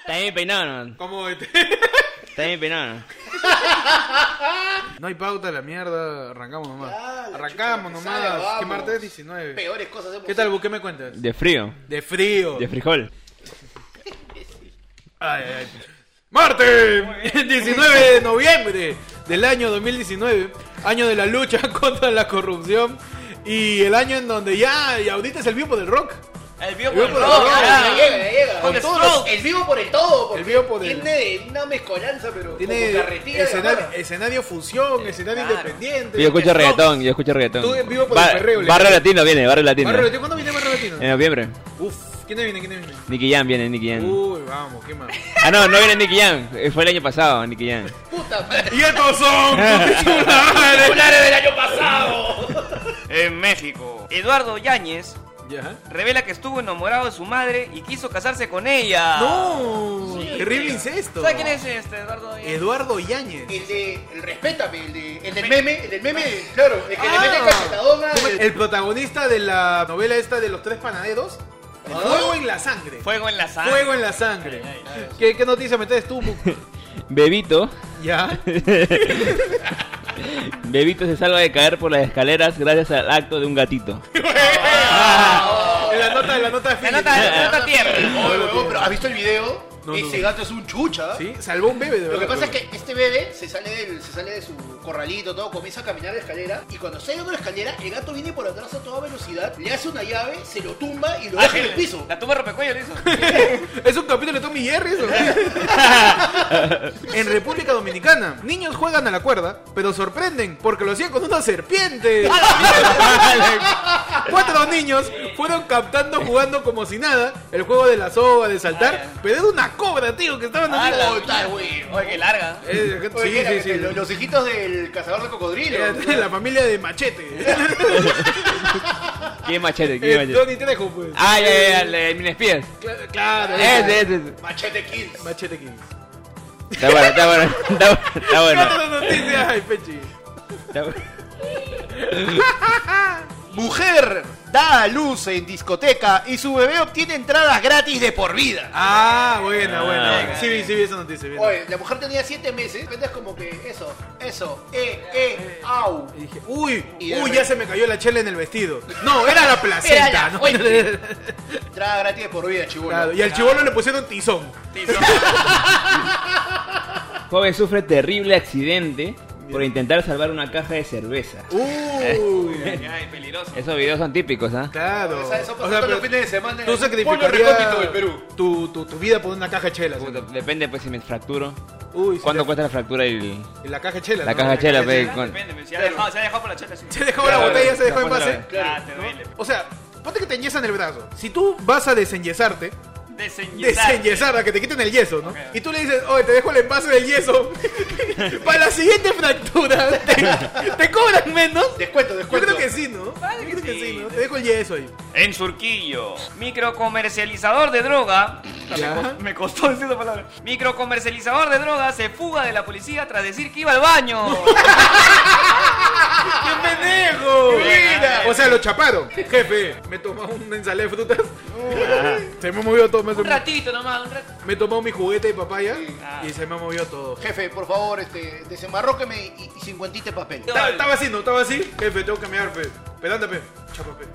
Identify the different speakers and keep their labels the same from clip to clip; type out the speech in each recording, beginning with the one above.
Speaker 1: Está bien peinado, ¿no?
Speaker 2: ¿Cómo este?
Speaker 1: Está bien peinado.
Speaker 2: No hay pauta de la mierda, arrancamos nomás.
Speaker 3: Ah, la
Speaker 2: arrancamos
Speaker 3: chucha, que
Speaker 2: nomás.
Speaker 3: sale, vamos.
Speaker 2: ¿Qué martes 19?
Speaker 3: Peores cosas hemos
Speaker 2: ¿Qué tal, Bu? ¿Qué me cuentas?
Speaker 1: De frío.
Speaker 2: De frío.
Speaker 1: De frijol.
Speaker 2: Ay, ay, ay. Martes 19 de noviembre del año 2019, año de la lucha contra la corrupción y el año en donde ya, y ahorita es el vivo del rock.
Speaker 4: El vivo
Speaker 2: por
Speaker 4: por
Speaker 2: el
Speaker 4: el
Speaker 2: rock,
Speaker 3: Ah,
Speaker 2: ya,
Speaker 3: llega, llega.
Speaker 2: Con
Speaker 3: El
Speaker 2: todos
Speaker 3: vivo-
Speaker 2: los-
Speaker 3: El vivo por el todo, porque
Speaker 2: El vivo por el-
Speaker 3: tiene de una mezcolanza, pero
Speaker 2: Tiene
Speaker 3: como carretilla de Eh, la
Speaker 2: escenario, eh,
Speaker 3: mano.
Speaker 2: escenario fusión, escenario
Speaker 4: claro.
Speaker 2: independiente.
Speaker 1: Yo escucho
Speaker 2: Rock.
Speaker 1: reggaetón, yo escucho reggaetón.
Speaker 2: Tú vivo por el perreo, le-
Speaker 1: Barrio latino viene, barrio latino.
Speaker 2: Barrio Latino, ¿Cuándo viene Barrio Latino?
Speaker 1: En noviembre.
Speaker 2: Uf, ¿quién viene? ¿Quién viene?
Speaker 1: Nicky Jam viene, Nicky Jam.
Speaker 2: Uy, vamos, qué más.
Speaker 1: Ah, no, no viene Nicky Jam. eh, Fue el año pasado, Nicky Jam.
Speaker 3: Puta madre.
Speaker 2: Y estos son tus titulares.
Speaker 3: Populares del año pasado.
Speaker 4: En México. Eduardo Yáñez
Speaker 2: Ya.
Speaker 4: revela que estuvo enamorado de su madre y quiso casarse con ella.
Speaker 2: No,
Speaker 4: Sí,
Speaker 2: terrible
Speaker 4: mira.
Speaker 2: incesto.
Speaker 4: ¿Sabes quién es este Eduardo Yáñez?
Speaker 2: Eduardo Yáñez.
Speaker 3: El de. El respétame, el de. El del meme, el del meme, claro. El que le mete cachetadona.
Speaker 2: Ah. ¿Cómo es?
Speaker 3: el-
Speaker 2: El protagonista de la novela esta de los tres panaderos. El
Speaker 3: Ah.
Speaker 2: Fuego en la sangre.
Speaker 4: Fuego en la sangre.
Speaker 2: Fuego en la sangre. ¿Qué, qué noticia metes tú? Bu?
Speaker 1: Bebito.
Speaker 2: ¿Ya?
Speaker 1: Bebito se salva de caer por las escaleras gracias al acto de un gatito.
Speaker 2: En la nota, en la nota de
Speaker 4: La
Speaker 2: Philip.
Speaker 4: nota, la nota tierra.
Speaker 3: Oye, huevón, pero ¿has visto el video?
Speaker 2: No,
Speaker 3: Ese
Speaker 2: no.
Speaker 3: gato es un chucha. ¿eh?
Speaker 2: Sí, salvó un bebé de verdad.
Speaker 3: Lo que pasa es que este bebé se sale, del- se sale de su corralito, todo, comienza a caminar la escalera. Y cuando está llegando la escalera, el gato viene por atrás a toda velocidad, le hace una llave, se lo tumba
Speaker 2: Ah,
Speaker 3: y lo deja en el piso.
Speaker 4: Ah, La tumba rompecuello le hizo.
Speaker 2: Es un capítulo de Tommy Jerry eso. en República Dominicana, niños juegan a la cuerda, pero sorprenden porque lo hacían con una serpiente. Cuatro niños fueron captando jugando como si nada el juego de la soga, de saltar, pero era una cobra, tío, que estaban
Speaker 4: Ah,
Speaker 2: haciendo.
Speaker 4: la-
Speaker 3: Puta, güey.
Speaker 4: Oye, qué larga.
Speaker 2: Eh, gente-
Speaker 3: Oye, mira,
Speaker 2: sí, sí, sí.
Speaker 3: Los, los hijitos del cazador de
Speaker 2: Era
Speaker 3: cocodrilos.
Speaker 2: de La familia de Machete.
Speaker 1: ¿Quién machete? ¿Quién
Speaker 2: El
Speaker 1: machete?
Speaker 2: Tony Trejo, pues.
Speaker 1: Ah, ya, ya, Eh, ya, el de Minespías.
Speaker 2: Cla- Claro,
Speaker 1: Ese, ese, ese.
Speaker 3: Machete Kids.
Speaker 2: Machete Kings.
Speaker 1: Está bueno, está bueno. Está bueno. Está bueno.
Speaker 2: Otra noticia, ay, Pechi.
Speaker 1: Está bueno.
Speaker 3: Mujer da a luz en discoteca y su bebé obtiene entradas gratis de por vida.
Speaker 2: Ah, buena, buena.
Speaker 1: Ah.
Speaker 2: buena. Sí, vi, sí, vi esa noticia. bien.
Speaker 3: Oye, la mujer tenía 7 meses. Es como que eso, eso, eh, eh, au.
Speaker 2: Y dije, uy,
Speaker 3: Y de
Speaker 2: uy,
Speaker 3: re-
Speaker 2: ya se me cayó la chela en el vestido. No, era la placenta.
Speaker 3: Era la
Speaker 2: ¿no?
Speaker 3: fuente. Entrada gratis de por vida, chibolo.
Speaker 2: Claro, y al chivolo le pusieron tizón.
Speaker 1: Joven sufre terrible accidente por intentar salvar una caja de cerveza.
Speaker 2: Uy,
Speaker 4: Ay, peligroso.
Speaker 1: Esos videos son típicos, ¿ah?
Speaker 2: claro.
Speaker 3: O sea, eso
Speaker 2: O
Speaker 3: pasa
Speaker 2: sea,
Speaker 3: todos
Speaker 2: pero
Speaker 3: los fines de semana.
Speaker 2: tú
Speaker 3: sacrificas del
Speaker 2: sacrificarías
Speaker 3: Perú.
Speaker 2: tu, tu, tu vida por una caja de chelas.
Speaker 1: Puta,
Speaker 2: ¿no?
Speaker 1: Depende, pues, si me fracturo.
Speaker 2: Uy,
Speaker 1: ¿Cuánto
Speaker 2: cuesta?
Speaker 1: cuesta la fractura y
Speaker 2: La caja de chelas.
Speaker 1: la
Speaker 2: ¿no?
Speaker 1: caja de chela? pe? ¿Cuánto?
Speaker 4: Depende, pero si ha dejado, se ha dejado por la chela. sí.
Speaker 2: Se dejó la botella, se dejó en
Speaker 1: Claro,
Speaker 2: base.
Speaker 4: Ah, terrible.
Speaker 2: O sea, ponte que te enyezan el brazo. Si tú vas a desenyesarte,
Speaker 4: Desenyesar.
Speaker 2: desenyesar, a que te quiten el yeso, ¿no?
Speaker 4: Ok.
Speaker 2: Y tú le dices, oye, te dejo el envase del yeso. Para la siguiente fractura, te, te cobran menos.
Speaker 3: Descuento,
Speaker 2: Yo
Speaker 3: descuento.
Speaker 2: creo que sí, ¿no?
Speaker 4: Vale
Speaker 2: Yo creo que
Speaker 4: que sí.
Speaker 2: sí, ¿no? Te dejo el yeso ahí.
Speaker 4: En Surquillo, microcomercializador de droga.
Speaker 2: Ya.
Speaker 4: Me cos- Me costó decir esa palabra. Microcomercializador de droga se fuga de la policía tras decir que iba al baño.
Speaker 2: ¡Qué
Speaker 4: Ah,
Speaker 2: pendejo!
Speaker 4: Mira.
Speaker 2: O sea, lo chaparon. Jefe, me tomó un ensalé de frutas. Se me ha movido todo. Me,
Speaker 4: Ah. un ratito nomás, un ratito.
Speaker 2: me he tomado mi juguete de papaya
Speaker 4: Ah.
Speaker 2: y se me ha movido todo.
Speaker 3: Jefe, por favor, este, desenmarróqueme y, y cincuentita papel.
Speaker 4: No.
Speaker 2: Ta- Estaba así, ¿no? Estaba así. Jefe, tengo que cambiar, pe. Pero anda, pe. Chapa, pe.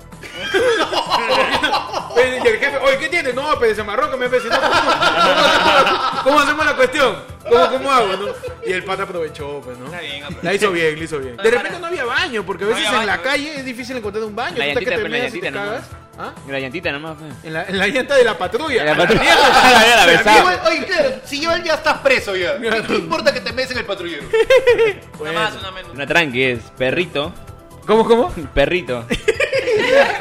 Speaker 2: Pe, y el jefe, oye, ¿qué tiene? No, pe, se amarró que me pe. Si no, ¿cómo, cómo hacemos, cómo hacemos la cuestión? ¿Cómo, ¿Cómo hago, no? Y el pata aprovechó, pues, ¿no?
Speaker 4: Está bien, apro-
Speaker 2: La hizo bien, la hizo bien.
Speaker 4: No,
Speaker 2: De
Speaker 4: para.
Speaker 2: repente no había baño, porque a
Speaker 4: No
Speaker 2: veces
Speaker 4: había
Speaker 2: en la
Speaker 4: baño.
Speaker 2: calle es difícil encontrar un baño.
Speaker 1: La
Speaker 2: Puta, que
Speaker 1: llantita,
Speaker 2: te
Speaker 1: pero la
Speaker 2: meas y te
Speaker 1: llantita
Speaker 2: cagas.
Speaker 1: nomás.
Speaker 2: ¿Ah?
Speaker 1: La llantita nomás, fe.
Speaker 2: En la, en la llanta de la patrulla.
Speaker 1: La patrulla la, la besaba.
Speaker 3: Igual, oye, claro, si yo ya estás preso ya. ¿Qué, qué importa que te mesen el patrullero?
Speaker 4: Una más, una menos.
Speaker 1: Una tranqui es perrito.
Speaker 2: ¿Cómo, cómo?
Speaker 1: Perrito.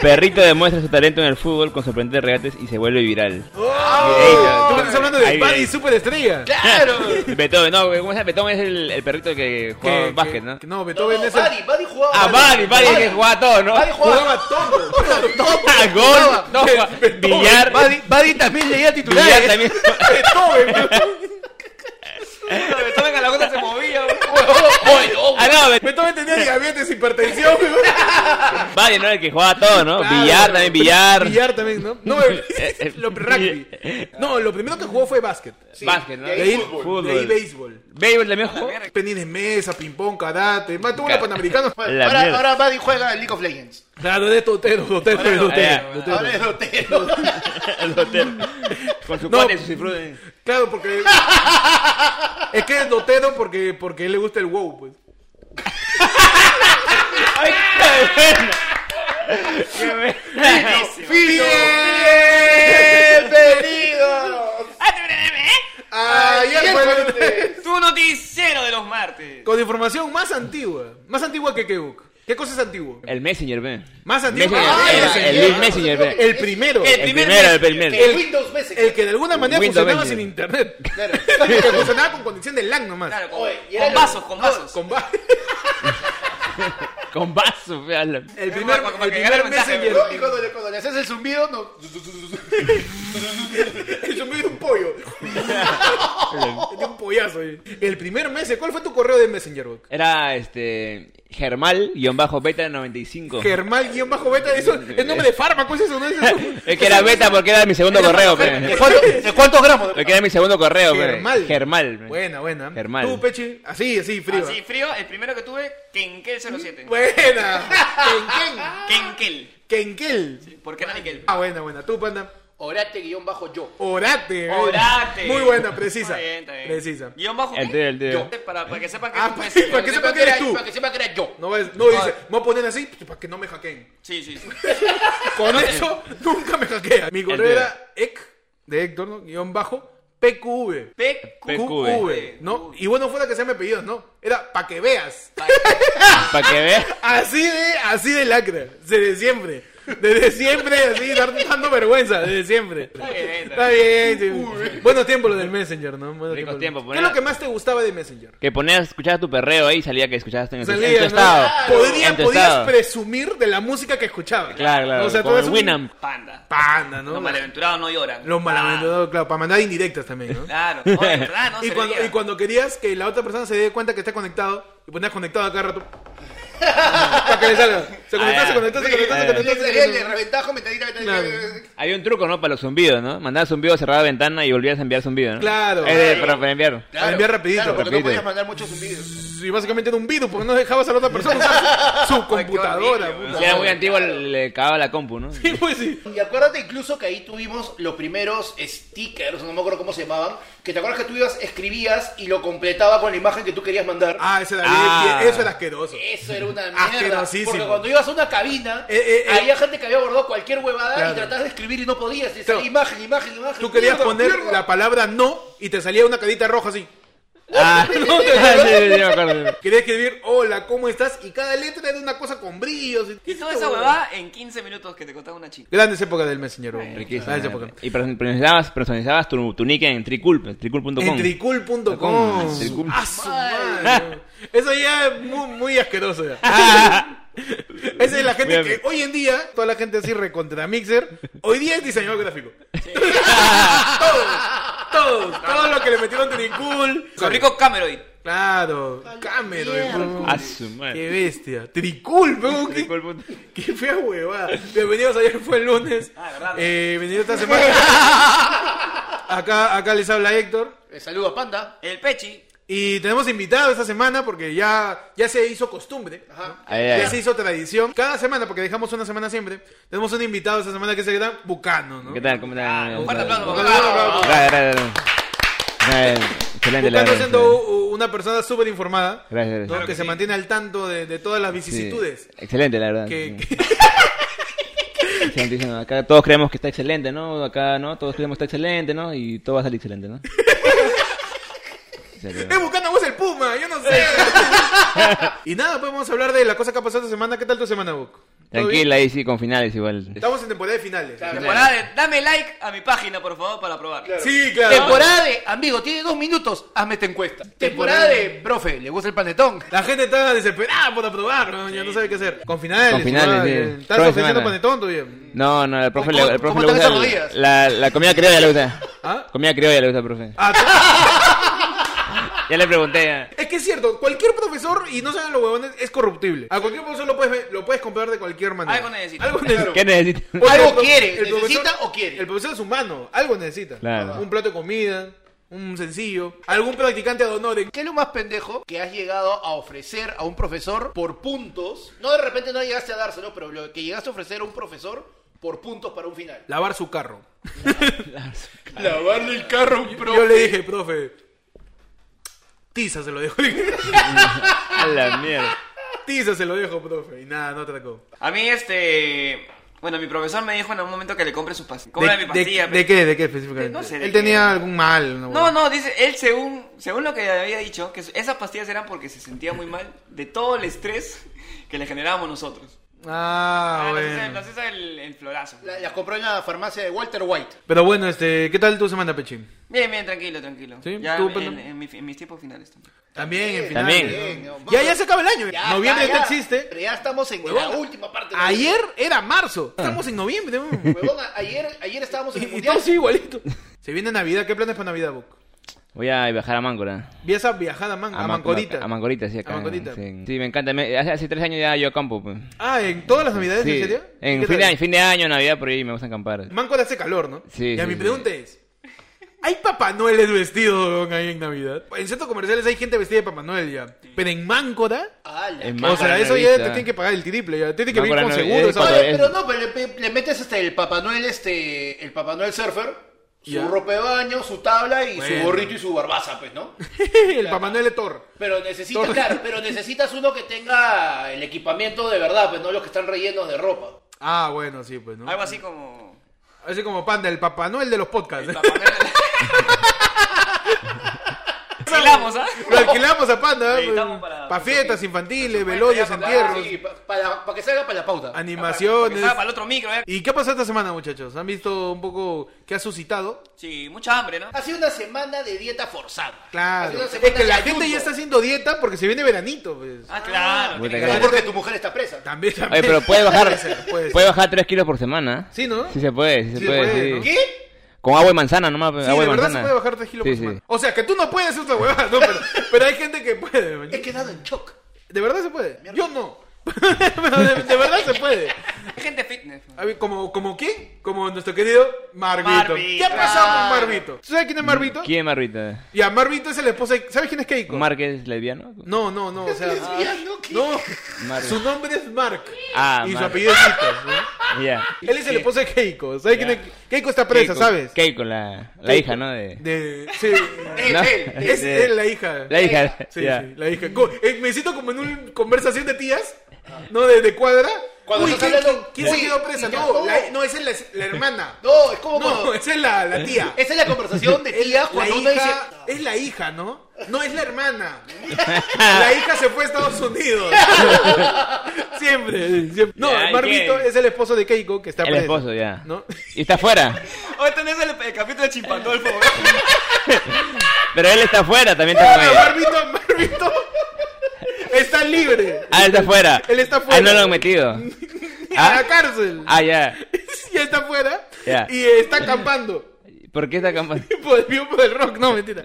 Speaker 1: perrito demuestra su talento en el fútbol con sorprendentes regates y se vuelve viral.
Speaker 2: Oh, Tú me estás hablando de
Speaker 1: Ahí
Speaker 2: Buddy
Speaker 1: viene.
Speaker 2: Superestrella.
Speaker 3: ¡Claro!
Speaker 1: Beethoven, no, ¿cómo se llama? Beethoven es el, el perrito que jugaba
Speaker 2: Que-
Speaker 1: básquet,
Speaker 2: que-
Speaker 1: ¿no?
Speaker 2: que No, Beethoven
Speaker 3: No,
Speaker 2: es el-
Speaker 3: Buddy, Buddy jugaba.
Speaker 1: Ah, Bari, Bari, que jugaba todo, ¿no?
Speaker 3: Buddy
Speaker 2: Jugaba
Speaker 3: jugaba.
Speaker 2: todo.
Speaker 1: Ah, Gol, no,
Speaker 2: Beethoven,
Speaker 1: billar,
Speaker 3: Buddy, Buddy también leía
Speaker 1: billar
Speaker 3: titulares.
Speaker 1: también.
Speaker 2: Beethoven.
Speaker 4: Beethoven a la gota se movía.
Speaker 3: Huevón, Oye, no,
Speaker 1: Ah, no, me-
Speaker 2: Beethoven tenía diabetes, hipertensión, weón.
Speaker 1: Vaya, no era el que jugaba todo, ¿no?
Speaker 2: Claro,
Speaker 1: billar,
Speaker 2: weón.
Speaker 1: también billar.
Speaker 2: Billar también, ¿no? No,
Speaker 1: eh,
Speaker 2: lo, rugby. No, lo primero que jugó fue básquet.
Speaker 3: Sí,
Speaker 1: Básquet, ¿no?
Speaker 3: de ahí
Speaker 2: De ahí,
Speaker 3: fútbol.
Speaker 1: Fútbol.
Speaker 2: de ahí béisbol.
Speaker 1: Béisbol también jugó.
Speaker 2: Tenis de mesa, ping-pong, karate. Más tuvo una
Speaker 1: Claro.
Speaker 2: panamericana.
Speaker 3: Bueno,
Speaker 1: La
Speaker 3: ahora,
Speaker 1: mierda.
Speaker 3: ahora Buddy juega League of Legends.
Speaker 2: Claro, de Totero, Totero,
Speaker 3: Ahora
Speaker 1: eh,
Speaker 3: no,
Speaker 2: Totero. Totero.
Speaker 3: Ahora es Otero.
Speaker 1: El hotel. Con su
Speaker 2: No.
Speaker 1: cuate, su cifrón.
Speaker 2: Claro, porque. es que es Dotero porque, porque a él le gusta el wow, pues.
Speaker 1: ¡Ay, qué bueno! ¡Qué bueno!
Speaker 3: ¡Bienvenidos!
Speaker 4: Ah,
Speaker 2: Ayer
Speaker 3: Ayer
Speaker 2: fue el-
Speaker 3: fue
Speaker 4: Tu ¿eh? noticiero de los martes.
Speaker 2: Con información más antigua. Más antigua que Kebuk. ¿Qué cosa es antiguo?
Speaker 1: El Messenger, ve.
Speaker 2: Más antiguo.
Speaker 1: Messenger,
Speaker 2: Ah,
Speaker 1: el-
Speaker 2: Messenger.
Speaker 1: el, Luis Messenger, ve.
Speaker 2: El primero.
Speaker 1: El,
Speaker 2: El,
Speaker 1: primero, el primero.
Speaker 3: el Windows Messenger.
Speaker 2: que de alguna manera
Speaker 1: Windows
Speaker 2: funcionaba sin
Speaker 1: Messenger.
Speaker 2: internet.
Speaker 3: Claro.
Speaker 2: que funcionaba con conexión de LAN nomás.
Speaker 4: Claro, con,
Speaker 3: Oye, y
Speaker 4: con
Speaker 3: era-
Speaker 4: vasos, con vasos.
Speaker 2: Con va-
Speaker 1: Con vaso, ve. a la-
Speaker 2: el primer,
Speaker 4: Para- para
Speaker 2: el
Speaker 4: que agarre
Speaker 2: primer
Speaker 4: mensaje,
Speaker 2: messenger.
Speaker 3: No, y cuando le, cuando le haces el zumbido, no.
Speaker 2: El zumbido de un pollo. de un pollazo. eh. El primer mes, ¿cuál fue tu correo de messenger? Book?
Speaker 1: Era este. Germal-beta95.
Speaker 2: Germal-beta, eso es nombre de fármaco, ¿es eso? ¿No es eso?
Speaker 1: Es que era beta porque era mi segundo correo,
Speaker 3: ¿De,
Speaker 1: pe.
Speaker 3: cuánto- de cuántos gramos?
Speaker 1: Es que era mi segundo correo, pe.
Speaker 2: Germal.
Speaker 1: Germal. pe.
Speaker 2: Buena, buena.
Speaker 1: Germal.
Speaker 2: Tú, Pechi, así, así, frío.
Speaker 4: Así Ah, frío, el primero que tuve, Kenkel 07.
Speaker 2: Buena.
Speaker 4: Kenkel.
Speaker 2: Kenkel.
Speaker 4: Porque era Nikel.
Speaker 2: Ah, buena, buena. Tú, panda.
Speaker 3: Orate guión bajo yo.
Speaker 2: Orate. eh.
Speaker 4: Orate.
Speaker 2: Muy buena, precisa.
Speaker 4: Está bien, está bien.
Speaker 2: Precisa.
Speaker 4: Guión bajo.
Speaker 1: El
Speaker 4: ¿qué?
Speaker 1: tío, el tío.
Speaker 4: Yo. Para, para que sepan que
Speaker 2: Ah,
Speaker 4: es un
Speaker 2: para-
Speaker 4: messenger.
Speaker 2: para que sepan que eres tú.
Speaker 3: Para que sepa que era yo.
Speaker 2: No, es, no dice, me voy a poner así para que no me hackeen.
Speaker 4: Sí, sí, sí.
Speaker 2: Con eso nunca me hackean. Mi correo
Speaker 1: El de-
Speaker 2: era ec, de Héctor, ¿no? guión bajo, PQV.
Speaker 4: PQ.
Speaker 2: QV, ¿no? Y bueno, fuera que sea mi apellido, ¿no? Era para que veas.
Speaker 1: Para que veas.
Speaker 2: Así de, así de lacra, desde siempre. Desde siempre, así, dar- dando vergüenza, desde siempre. Está
Speaker 4: bien, está
Speaker 2: está bien. sí. Buenos tiempos lo del Messenger, ¿no? Buenos
Speaker 1: Ricos tiempos,
Speaker 2: ¿Qué es lo que más te gustaba de Messenger?
Speaker 1: Que ponías, escuchabas tu perreo ahí y salía que escuchabas en, tu- en
Speaker 2: Salía,
Speaker 1: tu
Speaker 2: ¿no?
Speaker 1: estado.
Speaker 2: Podría-
Speaker 1: en tu
Speaker 2: podías
Speaker 1: estado.
Speaker 2: presumir de la música que escuchabas.
Speaker 1: Claro, claro.
Speaker 2: O sea, tú
Speaker 1: con
Speaker 2: eres
Speaker 1: el
Speaker 2: un
Speaker 1: Winamp.
Speaker 4: Panda.
Speaker 2: panda, ¿no?
Speaker 4: Los malaventurados no lloran.
Speaker 2: Los malaventurados, claro, para mandar indirectas también, ¿no?
Speaker 4: Ah, Claro. No, de verdad, no
Speaker 2: y,
Speaker 4: se
Speaker 2: cuando,
Speaker 4: veía.
Speaker 2: y cuando querías que la otra persona se dé cuenta que está conectado, y ponías conectado a cada rato. para que le salga. Se conectó,
Speaker 1: Ah,
Speaker 2: se conectó, se conectó, se
Speaker 1: eh.
Speaker 2: conectó.
Speaker 3: Le,
Speaker 2: se
Speaker 3: le, le
Speaker 2: conectó.
Speaker 3: reventajo, metadita, metadita.
Speaker 2: Claro.
Speaker 1: Había un truco, ¿no? Para los zumbidos, ¿no? Mandabas zumbido, cerraba ventana y volvías a enviar zumbido, ¿no?
Speaker 2: Claro.
Speaker 1: Es de- para, para enviar.
Speaker 2: Para enviar rapidito,
Speaker 3: Claro, porque
Speaker 1: rapidito.
Speaker 3: no podías mandar muchos zumbidos.
Speaker 2: Y básicamente era un virus porque no dejabas a la otra persona usar su, su computadora.
Speaker 4: horrible,
Speaker 2: puta
Speaker 1: Si era muy
Speaker 2: madre.
Speaker 1: antiguo, le cagaba la compu, ¿no?
Speaker 2: Sí, pues sí.
Speaker 3: Y acuérdate incluso que ahí tuvimos los primeros stickers, no me acuerdo cómo se llamaban, que te acuerdas que tú ibas, escribías y lo completaba con la imagen que tú querías mandar.
Speaker 2: Ah, ese era,
Speaker 1: Ah.
Speaker 2: bien- eso era asqueroso.
Speaker 3: Eso era una mierda.
Speaker 2: Asquerosísimo.
Speaker 3: Porque cuando ibas a una cabina,
Speaker 2: Eh, eh, eh.
Speaker 3: había gente que había abordado cualquier huevada
Speaker 2: Claro.
Speaker 3: y tratabas de escribir y no podías. Y
Speaker 2: Claro.
Speaker 3: salía imagen, imagen, imagen.
Speaker 2: Tú querías
Speaker 3: mierda,
Speaker 2: poner
Speaker 3: mierda.
Speaker 2: la palabra no y te salía una cadita roja así.
Speaker 1: Ah, sí, sí, sí, me acuerdo.
Speaker 2: Quería escribir hola, ¿cómo estás? Y cada letra era una cosa con brillos.
Speaker 4: Y toda esa huevada en 15 minutos que te contaba una chica.
Speaker 2: Grandes épocas del Messenger. bro.
Speaker 1: Riquísimo.
Speaker 2: Grandes épocas.
Speaker 1: Y personalizabas, personalizabas tu, tu nick en Tricul, tricul.com.
Speaker 2: En tricul.com.
Speaker 1: Com, tricul.
Speaker 2: Ah, su madre. Eso ya es muy, muy asqueroso. ya. Esa es la gente
Speaker 1: Bien.
Speaker 2: que hoy en día, toda la gente así recontra Mixer, hoy día es diseñador gráfico. todos,
Speaker 4: Ah.
Speaker 2: todos, todos los que le metieron Tricul.
Speaker 4: Con rico Cameroid.
Speaker 2: Claro, Cameron.
Speaker 1: Ah, su madre.
Speaker 2: Qué bestia. Tricul, weón, qué-
Speaker 1: Tricul.com.
Speaker 2: Qué fea huevada. Bienvenidos, ayer fue el lunes.
Speaker 4: Ah, verdad.
Speaker 2: Eh, bienvenidos esta semana. Acá, acá les habla Héctor.
Speaker 3: Eh, saludo a Panda.
Speaker 4: El Pechi.
Speaker 2: Y tenemos invitado esta semana porque ya, ya se hizo costumbre.
Speaker 3: Ajá.
Speaker 1: Ahí,
Speaker 2: Ya
Speaker 1: ahí.
Speaker 2: se hizo tradición. Cada semana, porque dejamos una semana siempre, tenemos un invitado esta semana que se llama Bucano, ¿no?
Speaker 1: ¿Qué tal? ¿Cómo
Speaker 4: Ah,
Speaker 1: están?
Speaker 4: un fuerte aplauso.
Speaker 2: Bucano, Bucano, Bucano.
Speaker 1: Gracias, gracias. gracias. Excelente, la
Speaker 2: Bucano
Speaker 1: verdad.
Speaker 2: siendo u- u- una persona súper informada, ¿no?
Speaker 1: Gracias, gracias.
Speaker 2: que se mantiene al tanto de, de todas las
Speaker 1: Sí.
Speaker 2: vicisitudes.
Speaker 1: Excelente, la verdad.
Speaker 2: Que,
Speaker 1: sí.
Speaker 2: que-
Speaker 1: Excelentísimo. Acá todos creemos que está excelente, ¿no? Acá, ¿no? Todos creemos que está excelente, ¿no? Y todo va a salir excelente, ¿no? Serio.
Speaker 2: ¡Eh, Bucano, vos el Puma! ¡Yo no sé! y nada, pues vamos a hablar de la cosa que ha pasado esta semana. ¿Qué tal tu semana, Buc? ¿Todo bien?
Speaker 1: Tranquila, ahí sí, con finales igual.
Speaker 2: Estamos en temporada de finales.
Speaker 3: Claro.
Speaker 4: Temporada de Dame like a mi página, por favor, para probar.
Speaker 2: Sí, claro.
Speaker 3: Temporada de, amigo, tiene dos minutos, hazme esta encuesta. Temporada de, profe, ¿le gusta el panetón?
Speaker 2: La gente está desesperada por aprobar, ¿no? ya no sabe qué hacer. Con finales.
Speaker 1: Con finales,
Speaker 2: ¿no?
Speaker 1: sí.
Speaker 2: Estás
Speaker 1: Toda
Speaker 2: ofreciendo
Speaker 1: semana.
Speaker 2: panetón todavía.
Speaker 1: No, no, al profe, le,
Speaker 3: ¿Cómo-
Speaker 1: al profe
Speaker 3: cómo
Speaker 1: le
Speaker 3: están
Speaker 1: gusta
Speaker 3: esas
Speaker 1: el-
Speaker 3: rodillas?
Speaker 1: la, la comida criolla le gusta.
Speaker 2: ¿Ah?
Speaker 1: Comida criolla le gusta, profe.
Speaker 2: Ah,
Speaker 1: Ya le pregunté. ya.
Speaker 2: Es que es cierto, cualquier profesor, y no sean los huevones, es corruptible. A cualquier profesor lo puedes, ver- lo puedes comprar de cualquier manera.
Speaker 4: Algo necesita.
Speaker 2: Algo necesita.
Speaker 1: ¿Qué necesitas?
Speaker 2: Porque
Speaker 3: Algo
Speaker 2: el pro-
Speaker 3: quiere,
Speaker 2: el profesor-
Speaker 3: necesita o quiere.
Speaker 2: El profesor es humano, algo necesita.
Speaker 1: Claro.
Speaker 2: Un plato de comida, un sencillo, algún practicante ad honorem.
Speaker 3: ¿Qué es lo más pendejo que has llegado a ofrecer a un profesor por puntos? No, de repente no llegaste a dárselo, pero lo que llegaste a ofrecer a un profesor por puntos para un final.
Speaker 2: Lavar su carro.
Speaker 3: Lavarle el carro a un
Speaker 2: Yo le dije, profe, tiza se lo dejo.
Speaker 1: A la mierda.
Speaker 2: tiza se lo dejo, profe. Y nada, no atracó.
Speaker 4: A mí, este. Bueno, mi profesor me dijo en algún momento que le compre sus pastillas. Compra mi pastilla. pe-
Speaker 2: de qué? ¿De qué específicamente?
Speaker 4: De- no sé, de
Speaker 2: Él
Speaker 4: qué.
Speaker 2: tenía algún mal. una
Speaker 4: No,
Speaker 2: huevada.
Speaker 4: no, dice, él según, según lo que había dicho, que esas pastillas eran porque se sentía muy mal de todo el estrés que le generábamos nosotros.
Speaker 2: Ah,
Speaker 4: Ah, no sé,
Speaker 2: bueno.
Speaker 4: no sé, el, el florazo.
Speaker 3: La, las compró en la farmacia de Walter White.
Speaker 2: Pero bueno, este, ¿qué tal tu semana, Pechín?
Speaker 4: Bien, bien, tranquilo, tranquilo.
Speaker 2: Sí,
Speaker 4: Ya
Speaker 2: tú,
Speaker 4: en,
Speaker 2: Pedro.
Speaker 4: en mi- en mis tiempos finales también.
Speaker 2: También, en final.
Speaker 1: También.
Speaker 2: ¿no? Ya, ya se acaba el año.
Speaker 3: Ya,
Speaker 2: Noviembre
Speaker 3: ya,
Speaker 2: no
Speaker 3: ya.
Speaker 2: existe.
Speaker 3: Pero ya estamos en la
Speaker 2: Huevón.
Speaker 3: última parte. de la-
Speaker 2: Ayer era marzo.
Speaker 1: Ah.
Speaker 2: Estamos en noviembre. ¿no?
Speaker 3: Huevón, ayer, ayer estábamos en el
Speaker 2: Y, y
Speaker 3: mundial.
Speaker 2: todo sigue igualito. Se viene Navidad. ¿Qué planes para Navidad, Book?
Speaker 1: Voy a viajar a Máncora.
Speaker 2: Viajas a viajada a, Man- a
Speaker 1: Man-
Speaker 2: Mancorita.
Speaker 1: A Mancorita, sí, acá.
Speaker 2: A Mancorita.
Speaker 1: Sí, Sí, me encanta. Me- hace, hace tres años ya yo acampo. pues.
Speaker 2: Ah, ¿en todas las Navidades?
Speaker 1: Sí.
Speaker 2: ¿En serio? ¿Qué
Speaker 1: En fin de,
Speaker 2: tal?
Speaker 1: año, fin de año, Navidad, por ahí me gusta acampar.
Speaker 2: Máncora hace calor, ¿no?
Speaker 1: Sí,
Speaker 2: Ya,
Speaker 1: sí,
Speaker 2: mi
Speaker 1: sí.
Speaker 2: pregunta es... ¿Hay Papá Noel es vestido huevón, ahí en Navidad? En centros comerciales hay gente vestida de Papá Noel ya. Pero en Máncora...
Speaker 3: ¡Hala!
Speaker 1: En
Speaker 2: O sea,
Speaker 1: Máncora
Speaker 2: eso
Speaker 1: no
Speaker 2: ya
Speaker 1: existe,
Speaker 2: te
Speaker 1: ah.
Speaker 2: tienen que pagar el triple ya. Tienes que venir
Speaker 1: Máncora
Speaker 2: con
Speaker 1: no-
Speaker 2: seguro.
Speaker 1: es
Speaker 2: esa
Speaker 1: cuando-
Speaker 2: vaina.
Speaker 3: Pero no, pero le, le metes hasta el Papá Noel, este, el Papá Noel Surfer, su
Speaker 2: Ya.
Speaker 3: ropa de baño, su tabla y
Speaker 2: Bueno.
Speaker 3: su gorrito y su barbaza, pues, ¿no?
Speaker 2: el Papá Noel es Thor.
Speaker 3: Pero necesitas,
Speaker 2: Todo.
Speaker 3: claro, pero necesitas uno que tenga el equipamiento de verdad, pues no los que están rellenos de ropa.
Speaker 2: Ah, bueno, sí, pues, ¿no?
Speaker 4: Algo así como...
Speaker 2: Así como Panda, el Papá Noel de los podcasts.
Speaker 4: Silamos, ¿ah?
Speaker 2: Lo alquilamos a Panda.
Speaker 4: Sí, estamos para-
Speaker 2: Para fiestas infantiles,
Speaker 4: supuesto,
Speaker 2: velorios,
Speaker 4: ya para-
Speaker 2: entierros,
Speaker 3: Sí, para que salga para la pauta.
Speaker 4: Porque
Speaker 2: animaciones.
Speaker 4: estaba para el otro micro, ¿eh?
Speaker 2: ¿Y qué ha pasado esta semana, muchachos? ¿Han visto un poco qué ha suscitado?
Speaker 4: Sí, mucha hambre, ¿no?
Speaker 3: Ha sido una semana de dieta forzada. Ha
Speaker 2: Claro.
Speaker 3: sido una
Speaker 2: Es
Speaker 3: semana
Speaker 2: que la
Speaker 3: de
Speaker 2: gente
Speaker 3: ayuno.
Speaker 2: ya está haciendo dieta porque se viene veranito, pues.
Speaker 4: Ah, claro.
Speaker 1: Puta
Speaker 4: tiene
Speaker 1: que-
Speaker 3: No
Speaker 4: que-
Speaker 3: porque tu mujer está presa.
Speaker 2: También,
Speaker 1: Oye,
Speaker 2: también.
Speaker 1: pero puede bajar,
Speaker 2: Puede ser, puede ser.
Speaker 1: puede bajar 3 kilos por semana.
Speaker 2: Sí, ¿no?
Speaker 1: Sí se puede, sí se
Speaker 2: Sí se
Speaker 1: puede,
Speaker 2: puede,
Speaker 1: sí.
Speaker 2: ¿no?
Speaker 3: ¿Qué?
Speaker 1: Con agua y manzana nomás, pues,
Speaker 2: Sí,
Speaker 1: agua
Speaker 2: de
Speaker 1: y
Speaker 2: verdad
Speaker 1: manzana.
Speaker 2: se puede bajar 3 kilos
Speaker 1: Sí,
Speaker 2: por
Speaker 1: sí.
Speaker 2: semana. O sea, que tú no puedes hacer esta huevada, ¿no? Pero, pero hay gente que puede, man.
Speaker 3: He quedado en shock.
Speaker 2: De verdad se puede. Yo no. Pero de, de verdad se puede.
Speaker 4: Hay gente fitness.
Speaker 2: A ver, ¿Como, como quién? Como nuestro querido Marvito.
Speaker 4: Marvito.
Speaker 2: ¿Qué ha pasado con Marvito? ¿Tú sabes quién es Marvito?
Speaker 1: ¿Quién, Marvita?
Speaker 2: Ya, Marvito es el esposo de... ¿Sabes quién es Keiko?
Speaker 1: ¿Márquez lesbiano?
Speaker 2: No, no, no, o sea...
Speaker 3: Ya, ¿no? ¿Qué?
Speaker 2: No,
Speaker 1: Marvito.
Speaker 2: su nombre es Mark.
Speaker 1: Ah,
Speaker 2: y su
Speaker 1: Mark.
Speaker 2: apellido es Keiko. ¿no?
Speaker 1: Ya.
Speaker 2: Él es el esposo de Keiko. ¿Sabes quién es? Keiko está presa,
Speaker 1: Keiko-
Speaker 2: ¿sabes?
Speaker 1: Keiko, la, la
Speaker 2: Keiko.
Speaker 1: hija, ¿no? De,
Speaker 2: De... Sí.
Speaker 3: Es
Speaker 1: ¿no?
Speaker 3: él,
Speaker 1: De-
Speaker 2: Es él, la hija.
Speaker 1: La hija,
Speaker 2: Sí,
Speaker 1: ya.
Speaker 2: sí, la hija. Co- eh, me siento como en una conversación de tías, ¿no? De, de cuadra.
Speaker 3: Cuando
Speaker 2: Uy,
Speaker 3: estás
Speaker 2: ¿quién,
Speaker 3: hablando-
Speaker 2: quién se
Speaker 3: Uy,
Speaker 2: quedó presa?
Speaker 3: ya,
Speaker 2: No,
Speaker 3: no.
Speaker 2: la- no, esa es la, la hermana.
Speaker 3: No, es como
Speaker 2: No,
Speaker 3: cuando...
Speaker 2: esa es la, la tía.
Speaker 3: Esa es la conversación de
Speaker 2: Es
Speaker 3: tía cuando uno dice...
Speaker 2: hija- es la hija, ¿no? No, es la hermana. La hija se fue a Estados Unidos. siempre, siempre. No,
Speaker 1: Ya, ¿y
Speaker 2: Marvito
Speaker 1: qué?
Speaker 2: es el esposo de Keiko que está
Speaker 1: El
Speaker 2: preso.
Speaker 1: esposo, ya.
Speaker 2: ¿No?
Speaker 1: Y está afuera.
Speaker 4: Hoy tenés el, el capítulo de Chimpantolfo. ¿eh?
Speaker 1: Pero él está afuera, también está con ella.
Speaker 2: Marvito, Marvito está libre.
Speaker 1: Ah, él está afuera.
Speaker 2: Él está afuera.
Speaker 1: Ah, no lo han metido.
Speaker 2: A
Speaker 1: Ah,
Speaker 2: la cárcel.
Speaker 1: ah, ya.
Speaker 2: ya está afuera
Speaker 1: Ya.
Speaker 2: y está acampando.
Speaker 1: ¿Por qué está acampando?
Speaker 2: Por el vivo por el rock, no, mentira.